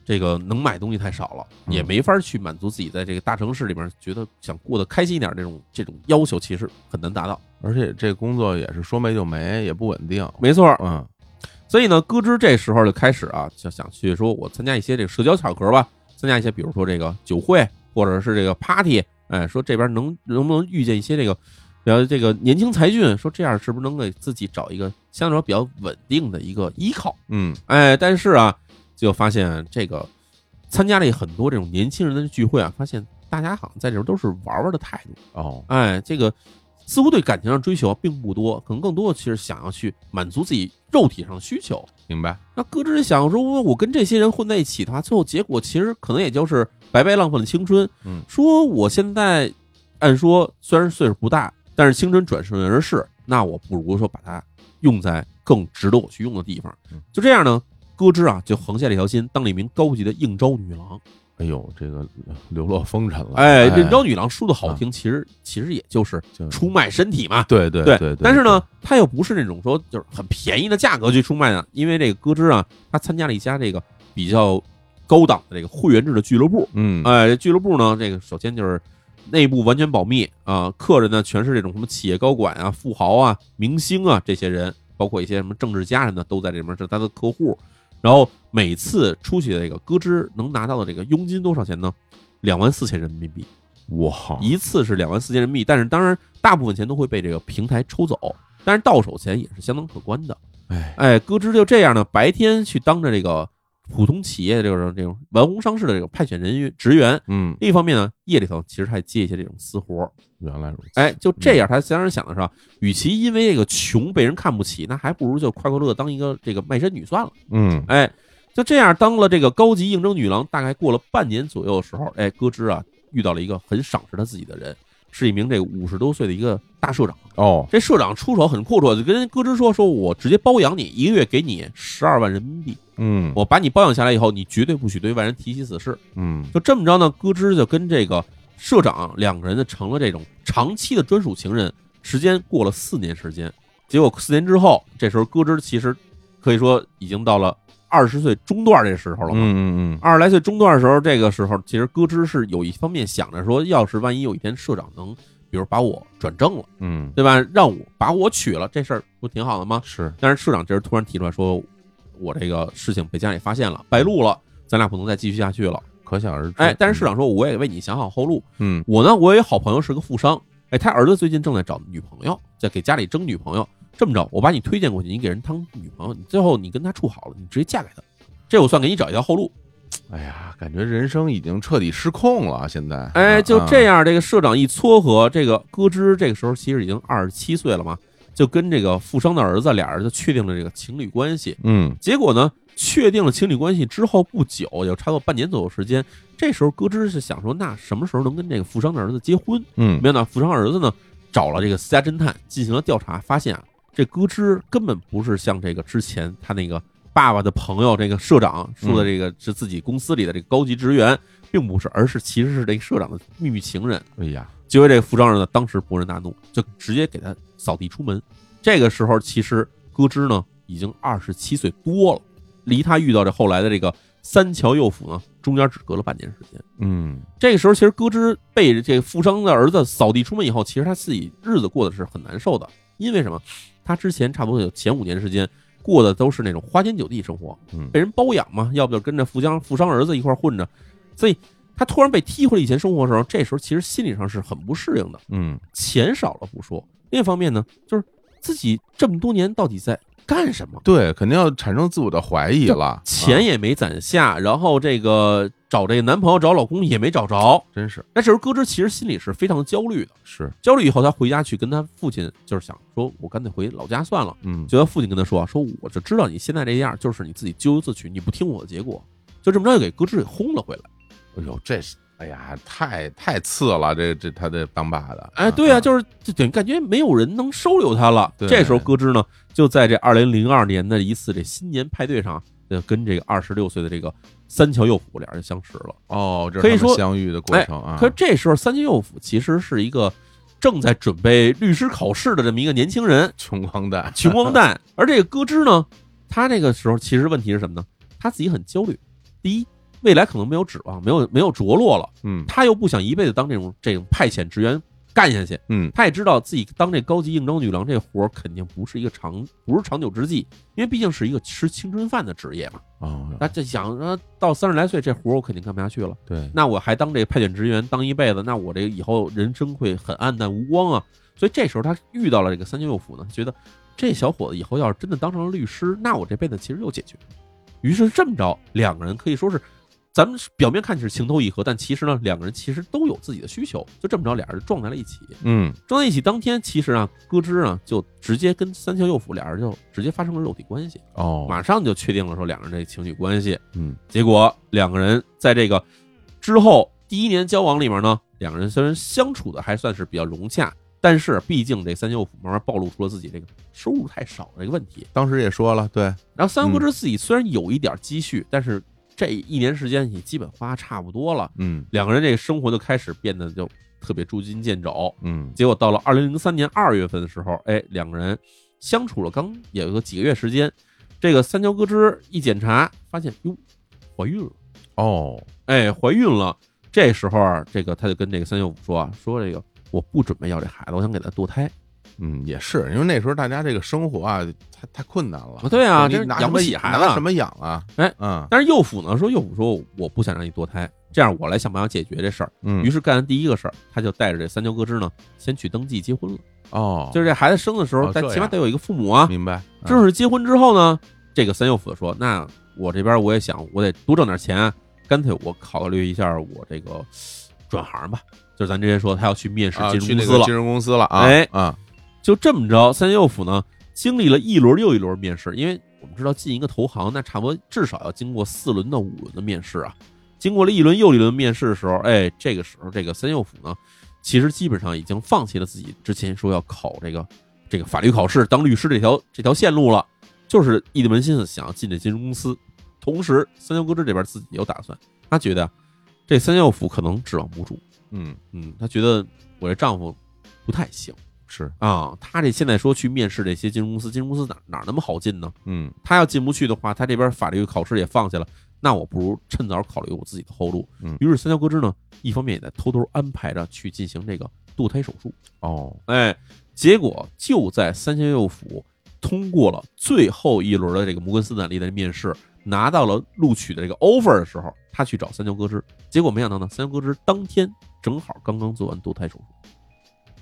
这个能买东西太少了，
嗯
也没法去满足自己在这个大城市里面觉得想过得开心一点这种这种要求，其实很难达到。
而且这工作也是说没就没，也不稳定。
没错，
嗯，
所以呢，咯吱这时候就开始啊，就想去说我参加一些这个社交场合吧，参加一些比如说这个酒会或者是这个 party，哎，说这边能能不能遇见一些这个，然后这个年轻才俊，说这样是不是能给自己找一个相对来说比较稳定的一个依靠？
嗯，
哎，但是啊，就发现这个参加了很多这种年轻人的聚会啊，发现大家好像在这边都是玩玩的态度，
哦，
哎，这个似乎对感情上追求并不多，可能更多的其实想要去满足自己肉体上的需求。
明白？
那搁置想说，我跟这些人混在一起的话，最后结果其实可能也就是白白浪费了青春。
嗯
说我现在按说虽然岁数不大，但是青春转瞬而逝，那我不如说把它用在更值得我去用的地方
嗯。
就这样呢，歌之啊就横下了一条心，当了一名高级的应招女郎。
哎呦，这个流落风尘了。
哎，应招女郎说的好听，其实其实也就是
嗯就
出卖身体嘛。
对对对，
但是呢，，他又不是那种说就是很便宜的价格去出卖的，因为这个歌之啊，他参加了一家这个比较高档的这个会员制的俱乐部。
嗯，
哎，这俱乐部呢，这个首先就是内部完全保密啊、客人呢全是这种什么企业高管啊、富豪啊、明星啊这些人，包括一些什么政治家人呢，都在这里面是他的客户。然后每次出去的这个歌之能拿到的这个佣金多少钱呢？两万四千人民币，
哇，
一次是两万四千人民币，但是当然大部分钱都会被这个平台抽走，但是到手钱也是相当可观的。
哎，
哎，咯吱就这样呢，白天去当着这个普通企业这种这种完工商事的这种派遣人员职员，
嗯，
另一方面呢，夜里头其实还接一些这种私活儿。
原来如此。
哎，就这样，他当时想的是啊，与其因为这个穷被人看不起，那还不如就快快乐乐当一个这个卖身女算了。
嗯，
哎，就这样当了这个高级应征女郎，大概过了半年左右的时候，哎，咯吱啊遇到了一个很赏识他自己的人，是一名这个五十多岁的一个大社长。
哦，
这社长出手很阔绰，就跟咯吱说：“说我直接包养你，一个月给你十二万人民币，
嗯，
我把你包养下来以后，你绝对不许对外人提起此事。”
嗯，
就这么着呢，咯吱就跟这个社长两个人呢成了这种长期的专属情人。时间过了四年时间，结果四年之后，这时候咯吱其实可以说已经到了二十岁中段这时候了嘛。
嗯嗯嗯，
二十来岁中段的时候，这个时候其实咯吱是有一方面想着说，要是万一有一天社长能，比如把我转正了，
嗯，
对吧？让我把我娶了，这事儿不挺好的吗？
是，
但是社长这时突然提出来说，我这个事情被家里发现了，白录了，咱俩不能再继续下去了。
可想而知。
哎，但是市长说我也为你想好后路。
嗯，
我呢，我有一好朋友是个富商，哎，他儿子最近正在找女朋友，在给家里争女朋友。这么着，我把你推荐过去，你给人当女朋友，你最后你跟他处好了，你直接嫁给他，这我算给你找一条后路。
嗯，哎呀，感觉人生已经彻底失控了，啊现在。
哎，就这
样，
样，这个社长一撮合，这个咯吱这个时候其实已经二十七岁了嘛，就跟这个富商的儿子俩人就确定了这个情侣关系。
嗯，
结果呢，确定了情侣关系之后不久，有差不多半年左右时间，这时候咯吱是想说，那什么时候能跟这个富商的儿子结婚？
嗯，
没想到富商儿子呢找了这个私家侦探进行了调查，发现啊，这咯吱根本不是像这个之前他那个爸爸的朋友这个社长说的这个是自己公司里的这个高级职员，并不是，而是其实是这个社长的秘密情人。
哎呀，
结果这个富商儿子当时勃然大怒，就直接给他扫地出门。这个时候，其实咯吱呢已经二十七岁多了，离他遇到这后来的这个呃三桥右辅呢，中间只隔了半年时间。
嗯，
这个时候，其实咯吱被这个富商的儿子扫地出门以后，其实他自己日子过得是很难受的。因为什么？他之前差不多有前五年时间过的都是那种花天酒地生活，
嗯
被人包养嘛，要不就跟着富商富商儿子一块儿混着，所以他突然被踢回了以前生活的时候，这时候其实心理上是很不适应的。
嗯，
钱少了不说，另一方面呢，就是自己这么多年到底在干什么？
对，肯定要产生自我的怀疑了。
钱
啊
也没攒下，然后这个找这个男朋友找老公也没找着，
啊真是
那这时候咯吱其实心里是非常焦虑的。
是，
焦虑以后，他回家去跟他父亲，就是想说，我干脆回老家算了。
嗯，
觉得父亲跟他说啊，说我就知道你现在这样，就是你自己咎由自取，你不听我的结果，就这么着又给咯吱给轰了回来。
哎呦，这是，哎呀，太太次了，这这他这当爸的，
哎，对啊，
是
就是就等于感觉没有人能收留他了。
对
这时候，咯吱呢就在这二零零二年的一次这新年派对上，呃，跟这个二十六岁的这个三桥佑辅俩人相识了。
哦，这
可
是
以
他们
说
相遇的过
哎
程啊。
可是这时候，三桥佑辅其实是一个正在准备律师考试的这么一个年轻人，
穷 光蛋，
穷光蛋。而这个咯吱呢，他这个时候其实问题是什么呢？他自己很焦虑。第一，未来可能没有指望，没有没有着落了。
嗯
他又不想一辈子当这种这种派遣职员干下去，
嗯，
他也知道自己当这高级应征女郎这活儿肯定不是一个长不是长久之计，因为毕竟是一个吃青春饭的职业嘛。
哦，
那这想着到三十来岁这活儿我肯定干不下去了，
对，
那我还当这派遣职员当一辈子，那我这以后人生会很暗淡无光啊。所以这时候他遇到了这个三军右辅呢，觉得这小伙子以后要是真的当上了律师，那我这辈子其实又解决。于是这么着，两个人可以说是咱们是表面看起是情投意合，但其实呢，两个人其实都有自己的需求，就这么着，俩人撞在了一起。
嗯，
撞在一起当天，其实啊，歌之啊就直接跟三桥佑辅俩人就直接发生了肉体关系，
哦，
马上就确定了说两人这情侣关系。
嗯
结果两个人在这个之后第一年交往里面呢，两个人虽然相处的还算是比较融洽，但是毕竟这三舅父慢慢暴露出了自己这个收入太少这个问题。
当时也说了，对，
然后三国之自己虽然有一点积蓄，但是这一年时间也基本花差不多了，
嗯
两个人这个生活就开始变得就特别捉襟见肘。
嗯
结果到了二零零三年二月份的时候，哎，两个人相处了刚也有个几个月时间，这个三桥歌之一检查发现，哟，怀孕了。
哦，
哎，怀孕了。这时候啊，这个他就跟这个三舅母说啊，说这个我不准备要这孩子，我想给他堕胎。
嗯，也是，因为那时候大家这个生活啊，太太困难了
啊。对啊
你
这养
拿什
不
么
起孩子
拿什么养啊？
哎，
嗯
但是右辅呢说，右辅说我不想让你堕胎，这样我来想办法解决这事儿。
嗯，
于是干的第一个事儿，他就带着这三舅哥之呢，先去登记结婚了。
哦，
就是这孩子生的时候，
哦
他
这
起码
样
得有一个父母啊。
明白，嗯
正式结婚之后呢，这个三舅父说，那我这边我也想，我得多挣点钱，干脆我考虑一下我这个转行吧。就是咱之前说他要去面试
啊
金
去
融
那
公
个
司了
金，融公司了啊，
哎
啊，
就这么着，三舅府呢经历了一轮又一轮面试，因为我们知道进一个投行，那差不多至少要经过四轮到五轮的面试啊。经过了一轮又一轮面试的时候，哎，这个时候这个三舅府呢，其实基本上已经放弃了自己之前说要考这个这个法律考试当律师这条这条线路了，就是一门心思想要进这金融公司。同时，三舅哥这边自己有打算，他觉得这三舅府可能指望不住，
嗯
嗯，他觉得我这丈夫不太行。
是，
啊，他这现在说去面试这些金融公司，金融公司哪哪那么好进呢？
嗯
他要进不去的话，他这边法律考试也放下了，那我不如趁早考虑我自己的后路。
嗯
于是三桥歌之呢，一方面也在偷偷安排着去进行这个堕胎手术。
哦，
哎，结果就在三桥右辅通过了最后一轮的这个摩根斯坦利的面试，拿到了录取的这个 offer 的时候，他去找三桥歌之，结果没想到呢，三桥歌之当天正好刚刚做完堕胎手术。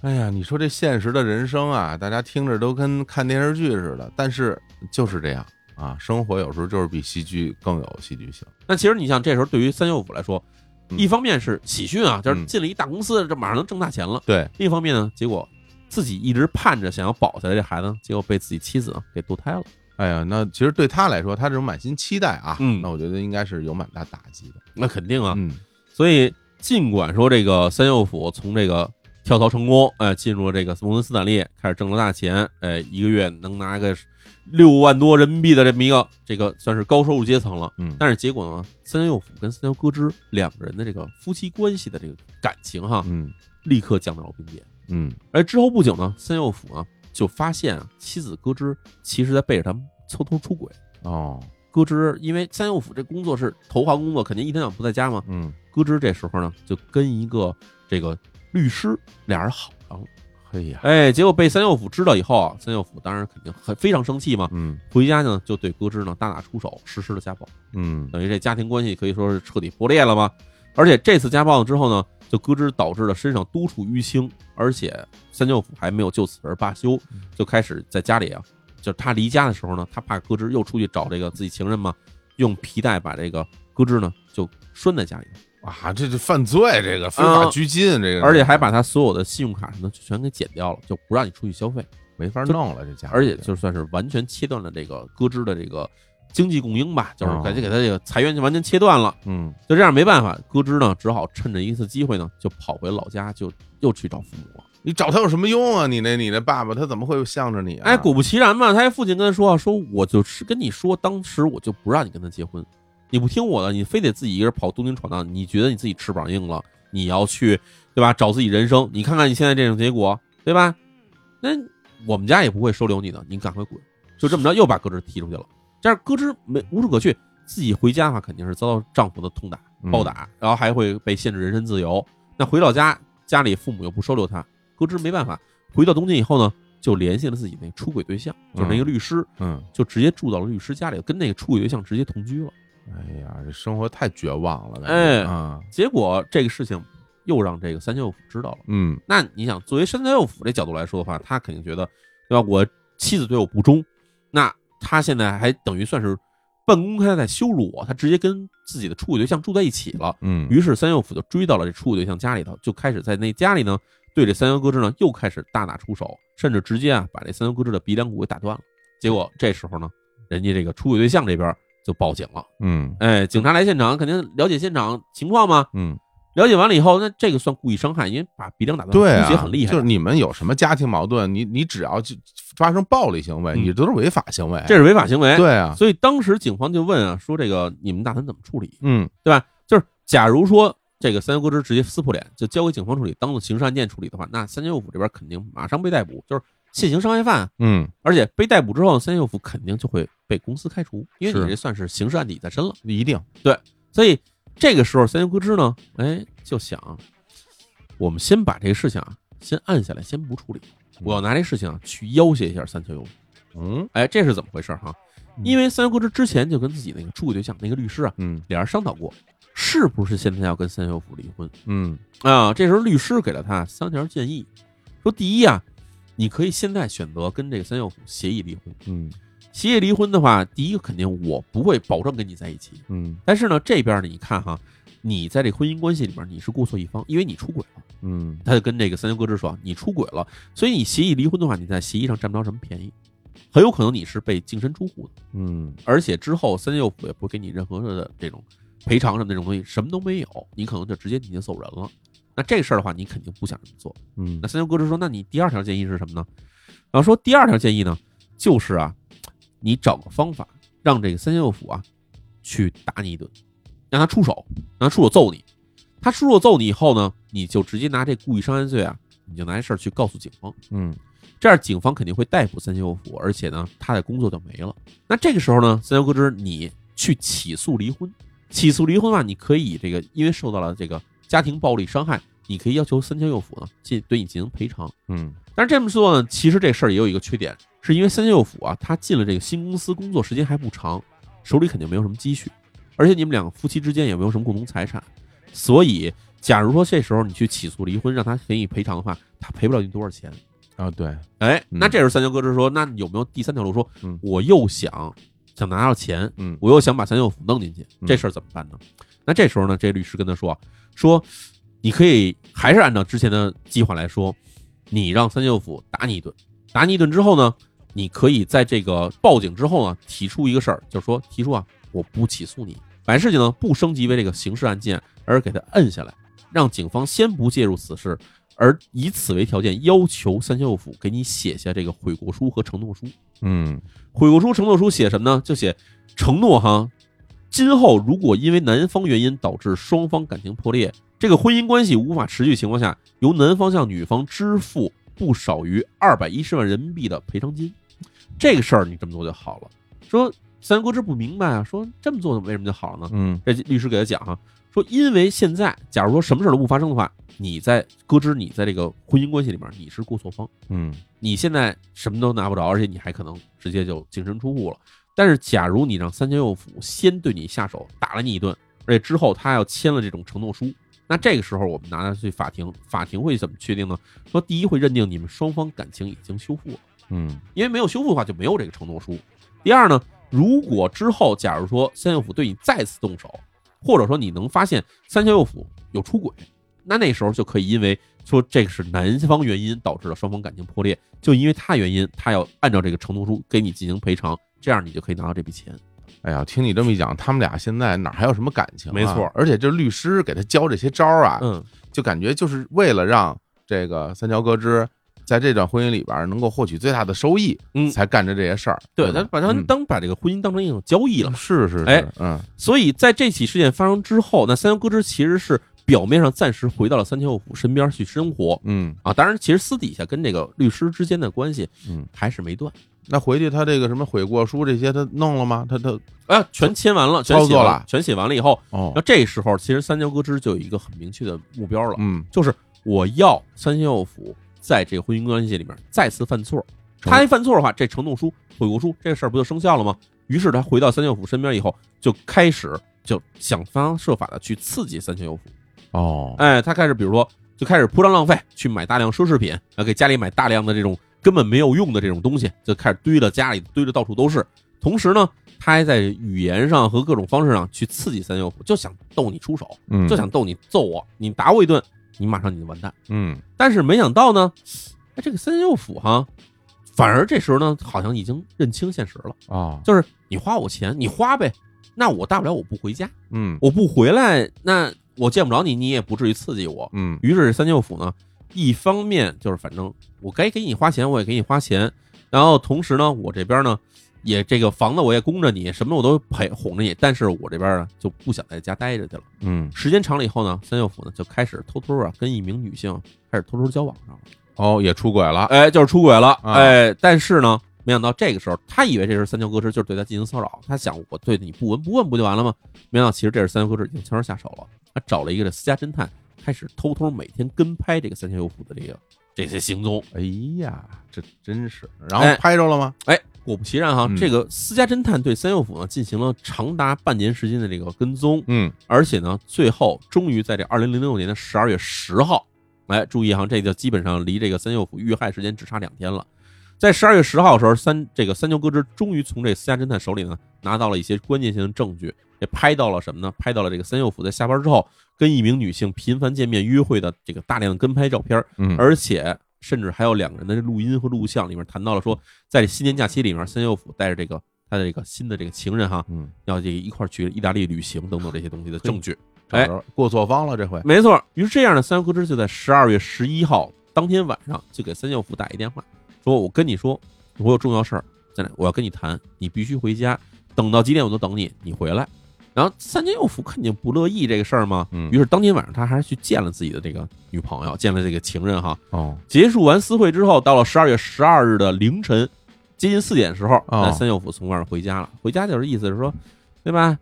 哎呀，你说这现实的人生啊，大家听着都跟看电视剧似的，但是就是这样啊，生活有时候就是比戏剧更有戏剧性。
那其实你像这时候对于三舅府来说，
嗯
一方面是喜讯啊，就是
嗯
进了一大公司，这马上能挣大钱了；
对，
另一方面呢，结果自己一直盼着想要保下来这孩子，结果被自己妻子呢给堕胎了。
哎呀，那其实对他来说，他这种满心期待啊，
嗯
那我觉得应该是有蛮大打击的。
那肯定啊，
嗯
所以尽管说这个三舅府从这个跳槽成功，哎、进入了这个摩根斯坦利，开始挣了大钱，哎、一个月能拿个六万多人民币的这么一个这个算是高收入阶层了。
嗯，
但是结果呢，三舅府跟三桥歌之两个人的这个夫妻关系的这个感情哈，
嗯
立刻降到了冰点。
嗯，
而之后不久呢，三右辅啊就发现啊妻子歌之其实在背着他们偷偷出轨。
哦，
歌之因为三右辅这工作是投行工作，肯定一天到晚不在家嘛。
嗯，
歌之这时候呢就跟一个这个律师俩人好上了，
嘿呀，
哎，结果被三右辅知道以后啊，三右辅当然肯定很非常生气嘛，
嗯
回家呢就对歌之呢大打出手，实施了家暴。
嗯
等于这家庭关系可以说是彻底破裂了吧。而且这次家暴之后呢，就咯吱导致了身上多处淤青，而且三舅父还没有就此而罢休，就开始在家里啊，就是他离家的时候呢，他怕咯吱又出去找这个自己情人嘛，用皮带把这个咯吱呢就拴在家里，
啊，这这犯罪，这个非法
嗯
拘禁，这个
而且还把他所有的信用卡什么的全给剪掉了，就不让你出去消费，
没法弄了，这家伙，
而且就算是完全切断了这个咯吱的这个经济供应吧，就是
哦
感觉给他这个财源就完全切断了。
嗯
就这样没办法，咯吱呢只好趁着一次机会呢，就跑回老家，就又去找父母了。
你找他有什么用啊？你那你那爸爸他怎么会向着你、啊？
哎，果不其然嘛，他父亲跟他说啊，说我就是跟你说，当时我就不让你跟他结婚，你不听我的，你非得自己一个人跑东京闯荡，你觉得你自己翅膀硬了，你要去对吧？找自己人生，你看看你现在这种结果，对吧？那我们家也不会收留你的，你赶快滚！就这么着，又把咯吱踢出去了。这样咯吱没无处可去，自己回家的话肯定是遭到丈夫的痛打。暴
嗯
打，然后还会被限制人身自由。那回老家，家里父母又不收留他，咯吱没办法。回到东京以后呢，就联系了自己那出轨对象，就是那个律师，
嗯，
就直接住到了律师家里，跟那个出轨对象直接同居了。
哎呀，这生活太绝望了，感觉
哎
啊，
结果这个事情又让这个三桥佑辅知道了。
嗯
那你想，作为三桥佑辅这角度来说的话，他肯定觉得，对吧？我妻子对我不忠，那他现在还等于算是办公太太羞辱我，她直接跟自己的处女对象住在一起了。
嗯，
于是三舅父就追到了这处女对象家里头，就开始在那家里呢，对这三舅哥之呢又开始大打出手，甚至直接啊把这三舅哥之的鼻梁骨给打断了。结果这时候呢，人家这个处女对象这边就报警了。
嗯
哎，警察来现场肯定了解现场情况嘛，
嗯，
了解完了以后，那这个算故意伤害，因为把鼻梁打断，
对
估计也
啊，
很厉害
就
的。
是你们有什么家庭矛盾，你你只要就发生暴力行为，
嗯
你都是违法行为。
这是违法行为。
对啊，
所以当时警方就问啊，说这个你们打算怎么处理？
嗯
就是假如说这个三舅哥之直接撕破脸，就交给警方处理，当做刑事案件处理的话，那三舅父这边肯定马上被逮捕，就是现行伤害犯，
嗯，
而且被逮捕之后，三舅父肯定就会被公司开除，因为你
是
这算是刑事案底在身了。
一定，
所以这个时候，三舅哥之呢，哎，就想，我们先把这个事情啊，先按下来，先不处理。我要拿这事情啊，去要挟一下三舅父。
嗯
哎，这是怎么回事儿哈？
嗯
因为三舅父之之前就跟自己那个处对象那个律师啊，
嗯
俩人商讨过，是不是现在要跟三舅父离婚
嗯
啊？这时候律师给了他三条建议，说第一啊，你可以现在选择跟这个三舅父协议离婚。
嗯
协议离婚的话，第一个肯定我不会保证跟你在一起，
嗯
但是呢，这边呢，你看哈，你在这婚姻关系里面你是过错一方，因为你出轨了。
嗯
他就跟这个三舅哥之说，你出轨了，所以你协议离婚的话，你在协议上占不着什么便宜，很有可能你是被净身出户的，
嗯
而且之后三舅父也不会给你任何的这种赔偿什么那种东西，什么都没有，你可能就直接你就走人了。那这事儿的话，你肯定不想这么做。
嗯
那三舅哥就说，那你第二条建议是什么呢？然后说第二条建议呢，就是啊，你找个方法让这个三舅父啊去打你一顿，让他出手，让他出手揍你。他出手揍你以后呢，你就直接拿这故意伤害罪啊，你就拿这事儿去告诉警方，
嗯
这样警方肯定会逮捕三舅父，而且呢，他的工作就没了。那这个时候呢，三舅哥之你去起诉离婚，起诉离婚啊，你可以这个因为受到了这个家庭暴力伤害，你可以要求三舅父呢进对你进行赔偿。
嗯
但是这么做呢，其实这事儿也有一个缺点，是因为三舅父啊，他进了这个新公司工作时间还不长，手里肯定没有什么积蓄，而且你们两个夫妻之间也没有什么共同财产，所以假如说这时候你去起诉离婚，让他给你赔偿的话，他赔不了你多少钱。
啊，对，
哎，
嗯
那这时候三舅哥就说，那你有没有第三条路？说
嗯
我又想想拿到钱，
嗯
我又想把三舅父弄进去，
嗯
这事儿怎么办呢？那这时候呢，这律师跟他说说，你可以还是按照之前的计划来说，你让三舅父打你一顿，打你一顿之后呢，你可以在这个报警之后呢，提出一个事儿，就是说提出啊，我不起诉你，把事情呢不升级为这个刑事案件，而给他摁下来，让警方先不介入此事。而以此为条件，要求三舅父给你写下这个悔过书和承诺书。
嗯
悔过书、承诺书写什么呢？就写承诺哈，今后如果因为男方原因导致双方感情破裂，这个婚姻关系无法持续情况下，由男方向女方支付不少于二百一十万人民币的赔偿金。这个事儿你这么做就好了。说三国之不明白啊，说这么做为什么就好了呢？
嗯
这律师给他讲哈、说因为现在假如说什么事儿都不发生的话，你在咯吱你在这个婚姻关系里面你是过错方。
嗯
你现在什么都拿不着，而且你还可能直接就净身出户了。但是，假如你让三千右辅先对你下手，打了你一顿，而且之后他要签了这种承诺书，那这个时候我们拿他去法庭，法庭会怎么确定呢？说第一会认定你们双方感情已经修复了，
嗯
因为没有修复的话就没有这个承诺书。第二呢，如果之后假如说三舅府对你再次动手，或者说你能发现三舅府有出轨，那那时候就可以因为说这个是男方原因导致了双方感情破裂，就因为他原因，他要按照这个承诺书给你进行赔偿，这样你就可以拿到这笔钱。
哎呀，听你这么一讲，他们俩现在哪还有什么感情、啊？
没错
而且这律师给他教这些招儿啊，
嗯，
就感觉就是为了让这个三桥歌之在这段婚姻里边儿能够获取最大的收益，
嗯
才干着这些事儿。
对，他
吧
把他
嗯
当把这个婚姻当成一种交易了嘛。
是是是，
哎
嗯
所以在这起事件发生之后，那三舅哥之其实是表面上暂时回到了三舅府身边去生活。
嗯，
啊，当然，其实私底下跟这个律师之间的关系，
嗯，
还是没断。
那回去他这个什么悔过书这些他弄了吗？他他
哎呀，全签完了，全
操
写
作
完
了
全写完了以后，
哦
那，这时候其实三牛哥之就有一个很明确的目标了，
嗯
就是我要三舅府在这个婚姻关系里面再次犯错。
承
他
认
一犯错的话，这承诺书、悔过书这事儿不就生效了吗？于是他回到三舅府身边以后，就开始就想方设法的去刺激三舅府。
哦，
哎，他开始比如说就开始铺张浪费，去买大量奢侈品，啊，给家里买大量的这种根本没有用的这种东西，就开始堆了家里堆的到处都是。同时呢，他还在语言上和各种方式上去刺激三舅父，就想逗你出手，
嗯，
就想逗你揍我，你打我一顿，你马上你就完蛋。
嗯
但是没想到呢，哎，这个三舅父哈，反而这时候呢，好像已经认清现实了，
啊，
就是你花我钱，你花呗，那我大不了我不回家，
嗯
我不回来，那我见不着你，你也不至于刺激我。
嗯
于是三舅父呢，一方面就是反正我该给你花钱，我也给你花钱，然后同时呢，我这边呢也这个房子我也供着你，什么我都陪哄着你，但是我这边呢就不想在家待着去了。
嗯，
时间长了以后呢，三舅父呢就开始偷偷啊跟一名女性开始偷偷交往上了，
哦，也出轨了，
哎，就是出轨了，
啊
哎，但是呢。没想到这个时候，他以为这是三舅哥之就是对他进行骚扰，他想我对你不闻不问不就完了吗？没想到其实这是三舅哥之已经悄悄下手了，他找了一个这私家侦探，开始偷偷每天跟拍这个三舅父的这个这些行踪。
哎呀，这真是，然后
哎
拍着了吗？
哎，果不其然哈，
嗯
这个私家侦探对三舅父呢进行了长达半年时间的这个跟踪，
嗯
而且呢，最后终于在这二零零六年的十二月十号，哎，注意哈，这就基本上离这个三舅父遇害时间只差两天了。在十二月十号的时候，三这个三舅哥之终于从这私家侦探手里呢拿到了一些关键性的证据，也拍到了什么呢？拍到了这个三舅父在下班之后跟一名女性频繁见面约会的这个大量的跟拍照片，
嗯，
而且甚至还有两个人的录音和录像里面谈到了说，在新年假期里面，三舅父带着这个他的这个新的这个情人哈，
嗯，
要这个一块儿去意大利旅行等等这些东西的证据。
找着过错方了这回，
没错，于是这样的三和之就在十二月十一号当天晚上就给三舅父打一电话，说我跟你说，我有重要事儿，咱俩我要跟你谈，你必须回家，等到几点我都等你，你回来。然后三舅父肯定不乐意这个事儿嘛，
嗯
于是当天晚上他还是去见了自己的这个女朋友，见了这个情人哈。
哦，
结束完私会之后，到了十二月十二日的凌晨，接近四点的时候，
哦
那三舅父从外面回家了。回家就是意思是说，对吧？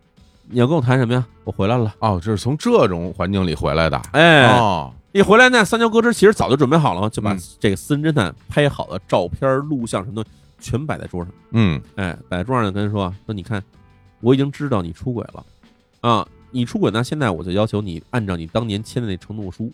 你要跟我谈什么呀？我回来了。
哦，这是从这种环境里回来的，
哎，
哦，
一回来呢，三牛哥之其实早就准备好了，就把
嗯
这个私人侦探拍好的照片、录像什么东西全摆在桌上。
嗯
哎，摆在桌上就跟他说：“说你看，我已经知道你出轨了啊！你出轨呢，现在我就要求你按照你当年签的那承诺书，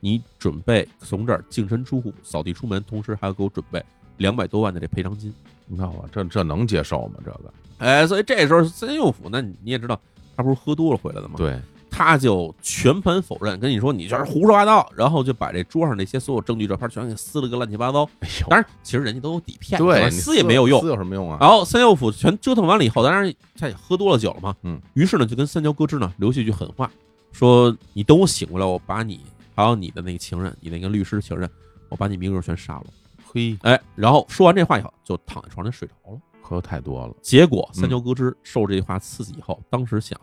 你准备从这儿净身出户、扫地出门，同时还要给我准备两百多万的这赔偿金。”
你看我这这能接受吗？这个，
哎，所以这时候三右辅那你你也知道，他不是喝多了回来的吗？
对，
他就全盘否认，跟你说你就是胡说八道，然后就把这桌上那些所有证据照片全给撕了个乱七八糟。
哎呦
当然，其实人家都有底片，
对，
吧
你
撕也没有用
撕。有什么用啊？
然后三舅父全折腾完了以后，当然他也喝多了酒了嘛，
嗯，
于是呢就跟三舅哥之呢留下一句狠话，说你等我醒过来，我把你还有你的那个情人，你那个律师情人，我把你名额全杀了。
嘿，
哎，然后说完这话以后，就躺在床上睡着了。
喝太多了，
结果三
嗯
牛哥之受这句话刺激以后，当时想，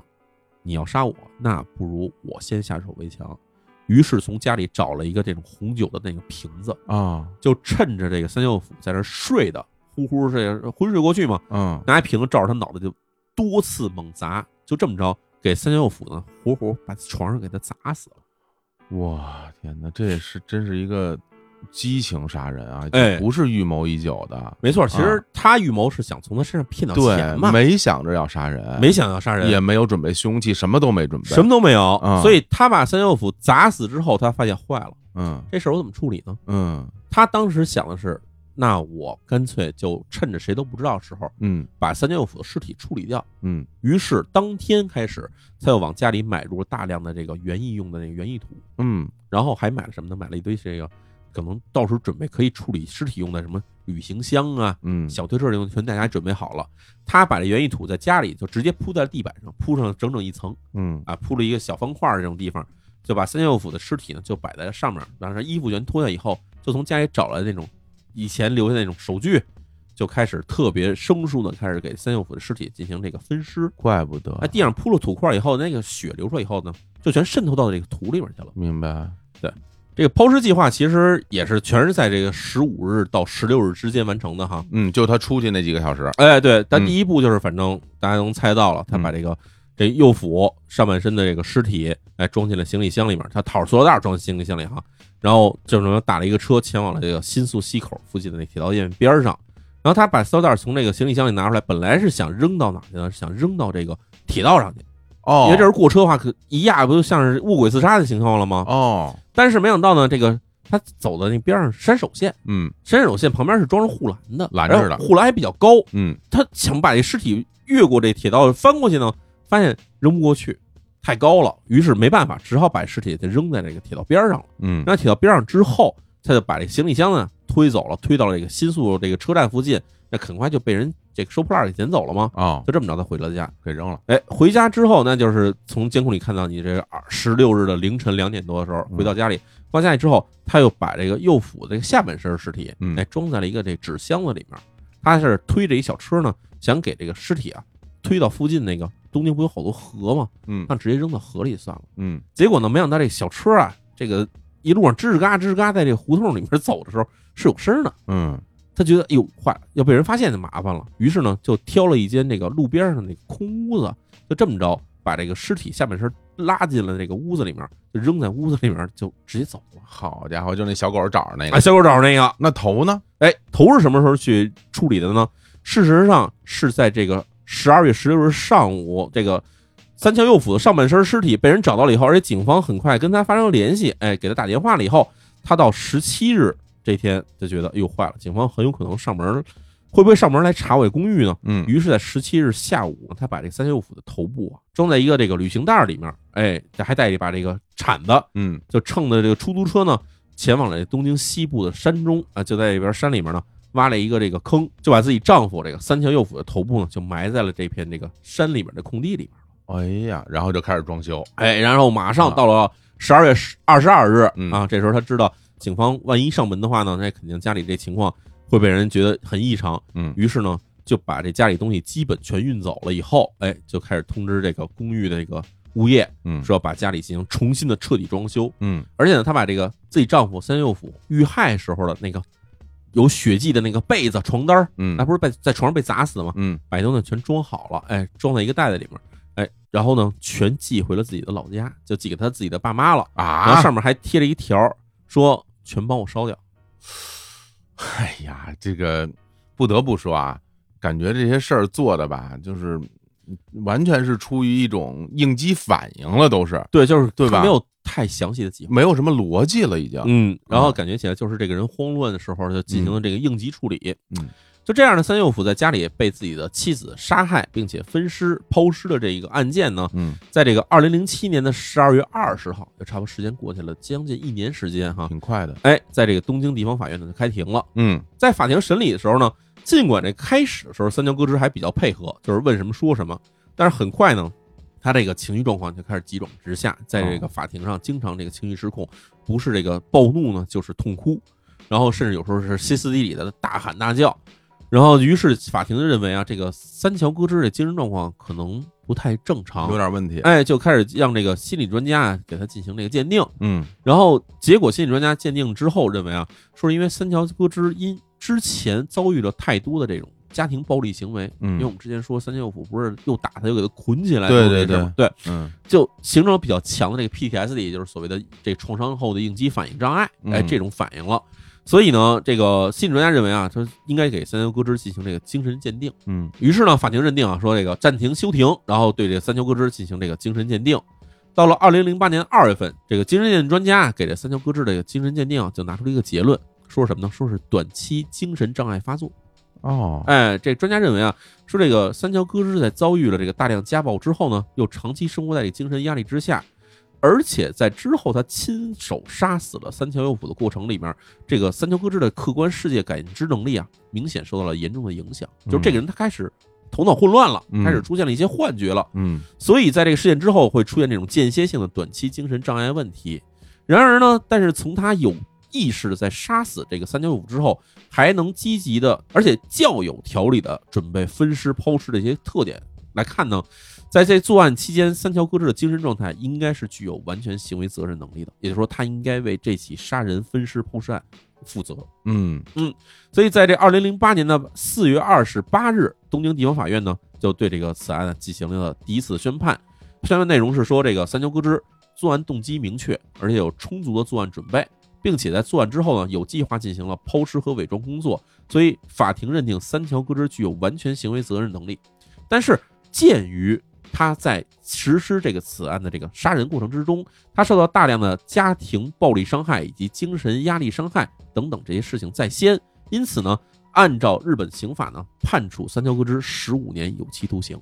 你要杀我，那不如我先下手为强。于是从家里找了一个这种红酒的那个瓶子，
啊，
就趁着这个三舅父在那儿睡的呼呼这昏睡过去嘛，
嗯，
拿一瓶子照着他脑袋就多次猛砸，就这么着给三舅父呢活活把床上给他砸死了。
哇，天哪，这也是真是一个激情杀人啊，
哎
不是预谋已久的，
没错，其实
啊
他预谋是想从他身上骗到钱嘛
对，，没想着要杀人，
没想要杀人，
也没有准备凶器，什么都没准备，
什么都没有
啊，
所以他把三舅父砸死之后，他发现坏了。
嗯
这事儿我怎么处理呢？
嗯
他当时想的是，那我干脆就趁着谁都不知道的时候，
嗯
把三舅父的尸体处理掉。
嗯，
于是当天开始，他又往家里买入了大量的这个园艺用的那个园艺土，
嗯，
然后还买了什么呢？买了一堆这个可能到时候准备可以处理尸体用的什么旅行箱啊、
嗯，
小推车这种，全大家准备好了。他把这园艺土在家里就直接铺在地板上，铺上整整一层。
嗯
啊，铺了一个小方块儿这种地方，就把三舅父的尸体呢就摆在上面，然后衣服全脱下以后，就从家里找来那种以前留下的那种手锯，就开始特别生疏的开始给三舅父的尸体进行这个分尸。
怪不得，
在地上铺了土块儿以后，那个血流出来以后呢，就全渗透到这个土里面去了。
明白，
这个抛尸计划其实也是全是在这个十五日到十六日之间完成的哈。
嗯，就他出去那几个小时，
哎，对，但
嗯
第一步就是，反正大家能猜到了，他把
嗯
这个这右腹上半身的这个尸体，哎，装进了行李箱里面，他套着塑料袋装行李箱里哈，然后就这么打了一个车，前往了这个新宿西口附近的那铁道线边儿上，然后他把塑料袋从这个行李箱里拿出来，本来是想扔到哪儿去呢？是想扔到这个铁道上去，
哦，
因为这是过车的话，可一压不就像是卧轨自杀的情况了吗？
哦，
但是没想到呢，这个它走的那边上是山手线，
嗯
山手线旁边是装着护栏的，
拦着的
然后护栏还比较高，
嗯，
他想把这尸体越过这铁道翻过去呢，发现扔不过去，太高了，于是没办法，只好把尸体给扔在这个铁道边上了。
嗯
那铁道边上之后，他就把这行李箱呢推走了，推到了这个新宿这个车站附近，那很快就被人这个收破烂给捡走了嘛。
哦，
就这么着，他回了家。
给扔了，
哎，回家之后呢，就是从监控里看到你这个十六日的凌晨两点多的时候
嗯
回到家里，放家里之后，他又把这个右辅这个下半身尸体，
嗯
哎，装在了一个这纸箱子里面。他是推着一小车呢，想给这个尸体啊推到附近那个东京不有好多河吗？
嗯
那直接扔到河里算了。
嗯，
结果呢，没想到这小车啊，这个一路上吱吱嘎吱吱嘎，在这胡同里面走的时候是有声儿的。
嗯
他觉得，哎呦，坏了，要被人发现就麻烦了。于是呢，就挑了一间这个路边上的空屋子，就这么着把这个尸体下半身拉进了这个屋子里面，就扔在屋子里面，就直接走了。
好家伙，就那小狗找着那
啊，
个，
小狗找着那个，
那头呢？
哎，头是什么时候去处理的呢？事实上是在这个十二月十六日上午，这个三桥右辅的上半身尸体被人找到了以后，而且警方很快跟他发生了联系，哎，给他打电话了以后，他到十七日这天就觉得，哎呦坏了，警方很有可能上门儿，会不会上门来查我这公寓呢？
嗯
于是，在十七日下午，他把这三桥右辅的头部啊装在一个这个旅行袋儿里面，哎，还带一把这个铲子，
嗯
就乘着这个出租车呢，前往了这东京西部的山中啊，就在这边山里面呢挖了一个这个坑，就把自己丈夫这个三桥右辅的头部呢就埋在了这片这个山里面的空地里面。
哎呀，然后就开始装修，
哎，然后马上到了十二月十二十二日
嗯
啊，这时候他知道警方万一上门的话呢，那肯定家里这情况会被人觉得很异常，
嗯
于是呢就把这家里东西基本全运走了以后，哎，就开始通知这个公寓的这个物业
嗯
说要把家里进行重新的彻底装修。
嗯
而且呢，她把这个自己丈夫三右辅遇害时候的那个有血迹的那个被子、床单儿，
嗯
那不是被在床上被砸死的吗？
嗯
把东西全装好了，哎，装在一个袋子里面，哎，然后呢，全寄回了自己的老家，就寄给他自己的爸妈了。然后
啊，
上面还贴了一条儿，说全帮我烧掉。
哎呀，这个不得不说啊，感觉这些事儿做的吧，就是完全是出于一种应激反应了，都是
对，就是
对吧
没有太详细的计划。
没有什么逻辑了，已经。
嗯，然后感觉起来就是这个人慌乱的时候就进行了这个应急处理。
嗯，
就这样呢，三右辅在家里被自己的妻子杀害并且分尸抛尸的这一个案件呢，
嗯，
在这个二零零七年的十二月二十号，就差不多时间过去了，将近一年时间哈。
嗯挺快的。
哎，在这个东京地方法院呢就开庭了。
嗯
在法庭审理的时候呢，尽管这开始的时候三桥歌之还比较配合，就是问什么说什么，但是很快呢，他这个情绪状况就开始急转直下，在这个法庭上经常这个情绪失控，不是这个暴怒呢，就是痛哭，然后甚至有时候是歇斯底里的大喊大叫。然后，于是法庭就认为啊，这个三桥歌之的精神状况可能不太正常，
有点问题。
哎，就开始让这个心理专家啊给他进行这个鉴定，
嗯
然后结果心理专家鉴定之后认为啊，说是因为三桥歌之因之前遭遇了太多的这种家庭暴力行为，因为我
嗯
们之前说三桥右辅不是又打他又给他捆起来，
对
对
对
对，
嗯
就形成了比较强的这个 PTSD，也就是所谓的这创伤后的应激反应障碍，哎，
嗯
这种反应了。所以呢，这个心理专家认为啊，他应该给三桥歌之进行这个精神鉴定。
嗯
于是呢，法庭认定啊，说这个暂停休庭，然后对这三桥歌之进行这个精神鉴定。到了二零零八年二月份，这个精神鉴定专家啊给这三桥歌之这个精神鉴定啊，就拿出了一个结论，说什么呢？说是短期精神障碍发作。
哦，
哎，这专家认为啊，说这个三桥歌之在遭遇了这个大量家暴之后呢，又长期生活在这个精神压力之下，而且在之后他亲手杀死了三桥右辅的过程里面，这个三桥歌之的客观世界感知能力啊，明显受到了严重的影响。就是这个人他开始头脑混乱了，
嗯
开始出现了一些幻觉了，
嗯
所以在这个事件之后会出现这种间歇性的短期精神障碍问题。然而呢，但是从他有意识的在杀死这个三九五之后，还能积极的，而且较有条理的准备分尸抛尸的一些特点来看呢，在这作案期间，三桥歌之的精神状态应该是具有完全行为责任能力的，也就是说，他应该为这起杀人、分尸、抛尸案负责。
嗯
所以在这二零零八年的四月二十八日，东京地方法院呢就对这个此案呢进行了第一次的宣判。宣判内容是说，这个三桥歌之作案动机明确，而且有充足的作案准备，并且在作案之后呢，有计划进行了抛尸和伪装工作。所以法庭认定三桥歌之具有完全行为责任能力。但是鉴于他在实施这个此案的这个杀人过程之中，他受到大量的家庭暴力伤害以及精神压力伤害等等这些事情在先，因此呢，按照日本刑法呢，判处三桥歌之十五年有期徒刑。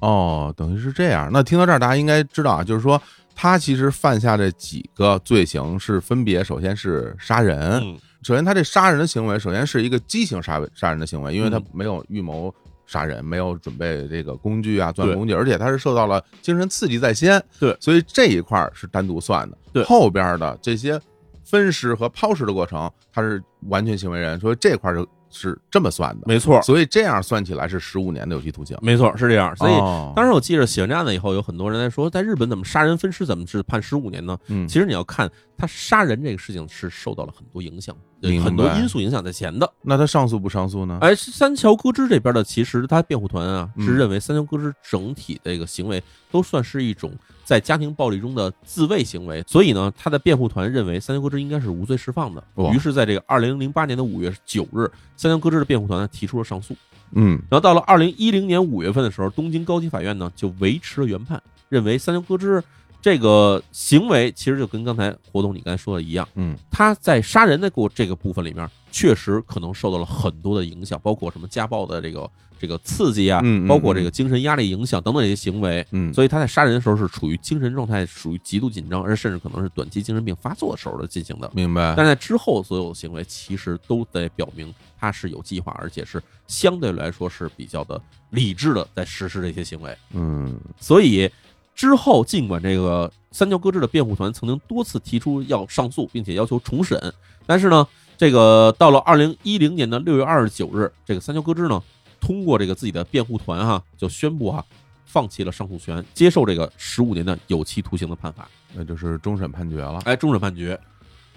哦，等于是这样。那听到这儿，大家应该知道啊，就是说他其实犯下这几个罪行是分别，首先是杀人，
嗯，
首先他这杀人的行为，首先是一个激情杀杀人的行为，因为他
嗯
没有预谋杀人，没有准备这个工具啊、作案
对
工具，而且他是受到了精神刺激在先，
对
所以这一块儿是单独算的。
对
后边的这些分尸和抛尸的过程，他是完全行为人，所以这块儿是是这么算的。
没错，
所以这样算起来是十五年的有期徒刑。
没错，是这样。所以
哦
当时我记着写完这案子以后，有很多人在说，在日本怎么杀人分尸怎么是判十五年呢？
嗯，
其实你要看他杀人这个事情是受到了很多影响，有
明白
很多因素影响在前的。
那他上诉不上诉呢？
哎，三桥歌之这边的，其实他辩护团啊
啊嗯
是认为三桥歌之整体的一个行为都算是一种在家庭暴力中的自卫行为，所以呢，他的辩护团认为三桥歌之应该是无罪释放的
哇。
于是，在这个二零零八年的五月九日，三桥歌之的辩护团呢提出了上诉。
嗯，
然后到了二零一零年五月份的时候，东京高级法院呢就维持了原判，认为三桥歌之这个行为其实就跟刚才活动你刚才说的一样，
嗯，
他在杀人的过这个部分里面，确实可能受到了很多的影响，包括什么家暴的这个这个刺激啊
嗯嗯，
包括这个精神压力影响等等这些行为。
嗯，
所以他在杀人的时候是处于精神状态，属于极度紧张，而甚至可能是短期精神病发作的时候的进行的。
明白。
但在之后所有的行为，其实都得表明他是有计划，而且是相对来说是比较的理智的在实施这些行为。
嗯，
所以之后，尽管这个三桥歌之的辩护团曾经多次提出要上诉，并且要求重审，但是呢，这个到了二零一零年的六月二十九日，这个三桥歌之呢，通过这个自己的辩护团哈、就宣布哈、放弃了上诉权，接受这个十五年的有期徒刑的判罚，
那就是终审判决了。
哎，终审判决，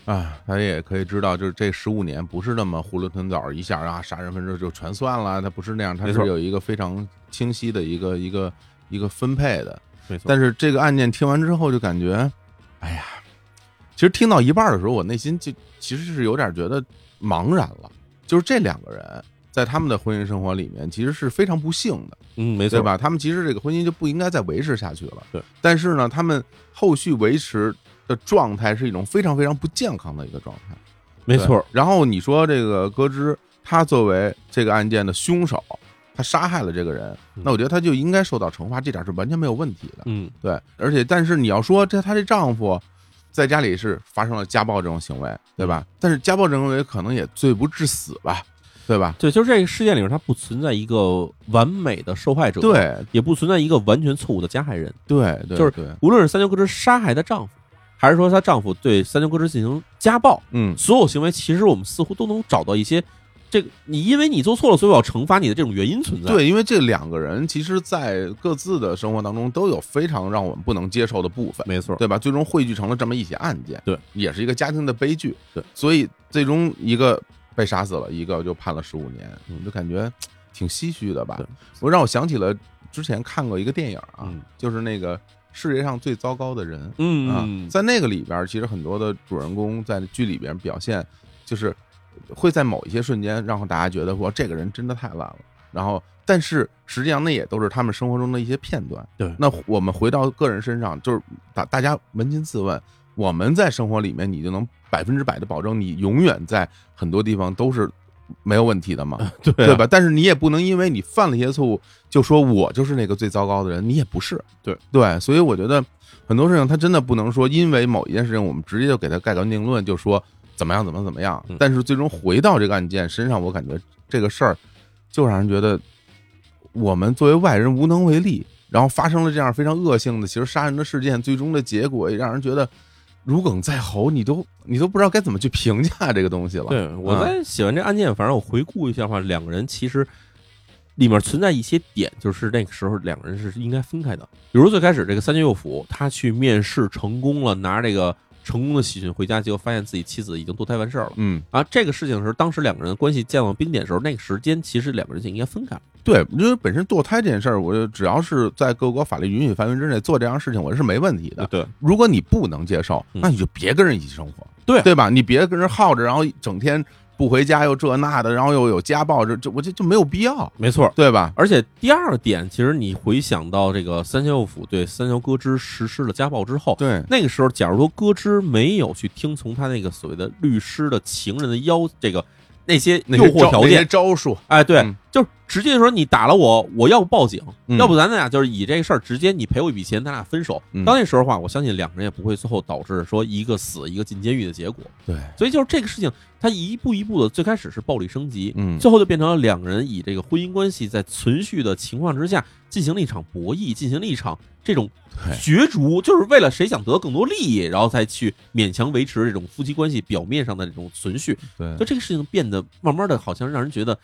啊，大家也可以知道，就是这十五年不是那么囫囵吞枣儿一下啊，杀人分尸就全算了，它不是那样，它
没
是
错
有一个非常清晰的一个一个一个分配的。
没错，
但是这个案件听完之后，就感觉，哎呀，其实听到一半儿的时候，我内心就其实是有点觉得茫然了，就是这两个人在他们的婚姻生活里面其实是非常不幸的。
嗯，没
对
错？
吧？他们其实这个婚姻就不应该再维持下去了。
对，
但是呢，他们后续维持的状态是一种非常非常不健康的一个状态。
没
对
错，。
然后你说这个戈之，他作为这个案件的凶手，他杀害了这个人，
嗯
那我觉得他就应该受到惩罚，这点是完全没有问题的。
嗯，
对，而且但是你要说这她这丈夫在家里是发生了家暴这种行为，
嗯
对吧？但是家暴这种行为可能也罪不至死吧，对吧？
对，就是这个事件里面，它不存在一个完美的受害者，，
对
也不存在一个完全错误的加害人。
对对，
就是
对，
无论是三桥歌之杀害她丈夫，还是说她丈夫对三桥歌之进行家暴，
嗯，
所有行为其实我们似乎都能找到一些这个你因为你做错了，所以我要惩罚你的这种原因存在。，
对，因为这两个人其实，在各自的生活当中都有非常让我们不能接受的部分，
没错，
对吧？最终汇聚成了这么一起案件，
对，
也是一个家庭的悲剧，
对，
所以最终一个被杀死了，一个就判了十五年，
嗯
我就感觉挺唏嘘的吧
对。
我让我想起了之前看过一个电影啊，
嗯
就是那个世界上最糟糕的人，啊
嗯，，
在那个里边儿，其实很多的主人公在剧里边表现，就是会在某一些瞬间让大家觉得说这个人真的太烂了。然后，但是实际上那也都是他们生活中的一些片段。
对
那我们回到个人身上，就是大大家扪心自问，我们在生活里面，你就能百分之百的保证你永远在很多地方都是没有问题的吗？
对啊
对？吧？但是你也不能因为你犯了一些错误，就说我就是那个最糟糕的人，你也不是。
对
对，所以我觉得很多事情他真的不能说，因为某一件事情我们直接就给他盖棺定论，就说怎么样怎么样怎么样
嗯。
但是最终回到这个案件身上，我感觉这个事儿就让人觉得我们作为外人无能为力。然后发生了这样非常恶性的，其实杀人的事件，最终的结果也让人觉得如鲠在喉，你都你都不知道该怎么去评价这个东西了。
对，我在写完这案件，反正我回顾一下的话，两个人其实里面存在一些点，就是那个时候两个人是应该分开的。比如最开始这个三井佑辅，他去面试成功了，拿这个成功的喜讯回家，结果发现自己妻子已经堕胎完事儿了。
嗯，
啊，这个事情的时候，当时两个人的关系降到冰点的时候，那个时间其实两个人就应该分开了。
对，因为本身堕胎这件事儿，我就只要是在各国法律允许范围之内做这样的事情，我是没问题的。
对，
如果你不能接受，
嗯
那你就别跟人一起生活，
对啊
对吧？你别跟人耗着，然后整天不不回家又这那的，然后又有家暴，这这我这就没有必要，
没错。
对吧？
而且第二点，其实你回想到这个三桥府对三桥歌之实施了家暴之后，
对，
那个时候，假如说歌之没有去听从他那个所谓的律师的情人的要这个那些
那
诱
些
惑
招
条
那些
件，
招数，
哎，对，
嗯
就是直接说你打了我，我要不报警，
嗯
要不咱俩就是以这事儿直接你赔我一笔钱，咱俩分手。
嗯
到那时候的话，我相信两个人也不会最后导致说一个死一个进监狱的结果。
对，
所以就是这个事情，它一步一步的，最开始是暴力升级，
嗯
最后就变成了两个人以这个婚姻关系在存续的情况之下，进行了一场博弈，进行了一场这种
对
角逐，就是为了谁想得更多利益，然后再去勉强维持这种夫妻关系表面上的这种存续。
对
就这个事情变得慢慢的，好像让人觉得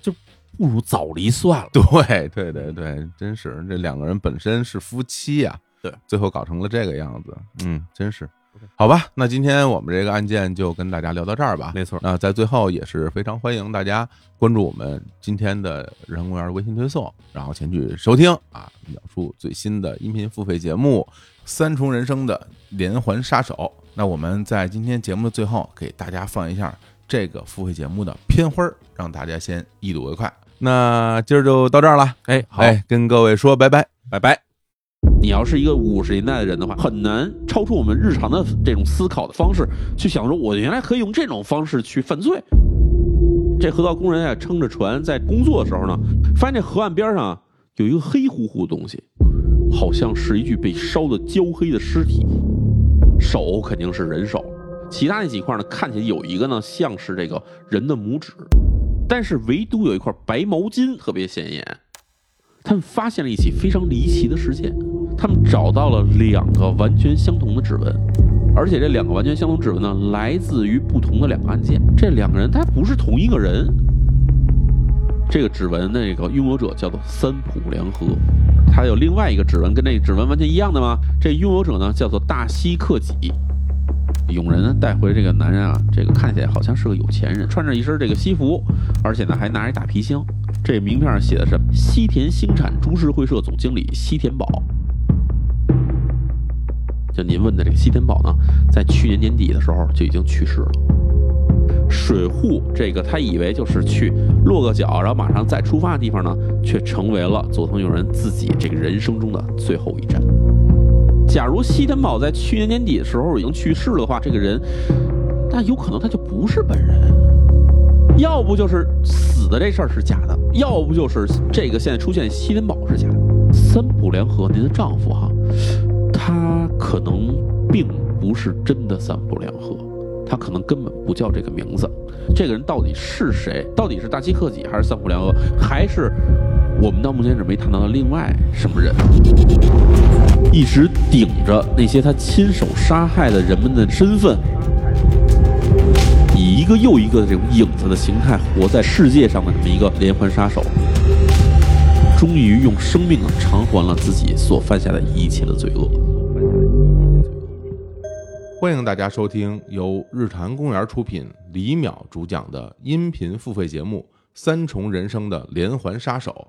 就不如早离算了。
对对对对，真是这两个人本身是夫妻啊呀、
对，
最后搞成了这个样子，嗯，真是。好吧，那今天我们这个案件就跟大家聊到这儿吧。
没错，
那在最后也是非常欢迎大家关注我们今天的人工公园微信推送，然后前去收听啊，秒叔最新的音频付费节目《三重人生的连环杀手》。那我们在今天节目的最后给大家放一下这个付费节目的片花儿，让大家先一睹为快。那今儿就到这儿了，
哎，好，
哎，跟各位说拜拜。
拜拜。你要是一个五十年代的人的话，很难超出我们日常的这种思考的方式去想说，我原来可以用这种方式去犯罪。这河道工人啊，撑着船在工作的时候呢，发现这河岸边上啊有一个黑乎乎的东西，好像是一具被烧得焦黑的尸体，手肯定是人手，其他那几块呢，看起来有一个呢像是这个人的拇指，但是唯独有一块白毛巾特别显眼。他们发现了一起非常离奇的事件，他们找到了两个完全相同的指纹，而且这两个完全相同指纹呢，来自于不同的两个案件。这两个人他不是同一个人。这个指纹的那个拥有者叫做三浦良和，他有另外一个指纹跟那个指纹完全一样的吗？这拥有者呢叫做大西克己。永仁呢带回这个男人啊，这个看起来好像是个有钱人，穿着一身这个西服，而且呢还拿着一大皮箱。这名片上写的是西田兴产株式会社总经理西田宝。就您问的这个西田宝呢，在去年年底的时候就已经去世了。水户这个他以为就是去落个脚，然后马上再出发的地方呢，却成为了佐藤永人自己这个人生中的最后一站。假如西田宝在去年年底的时候已经去世了的话，这个人，那有可能他就不是本人。要不就是死的这事儿是假的，要不就是这个现在出现西林堡是假的。三浦良和，您的丈夫哈，他可能并不是真的三浦良和，他可能根本不叫这个名字。这个人到底是谁？到底是大西克己，还是三浦良和，还是我们到目前为止没谈到的另外什么人？一直顶着那些他亲手杀害的人们的身份，以一个又一个的这种影子的形态活在世界上的这么一个连环杀手，终于用生命偿还了自己所犯下的一切的罪恶。
欢迎大家收听由日坛公园出品、李淼主讲的音频付费节目《三重人生的连环杀手》。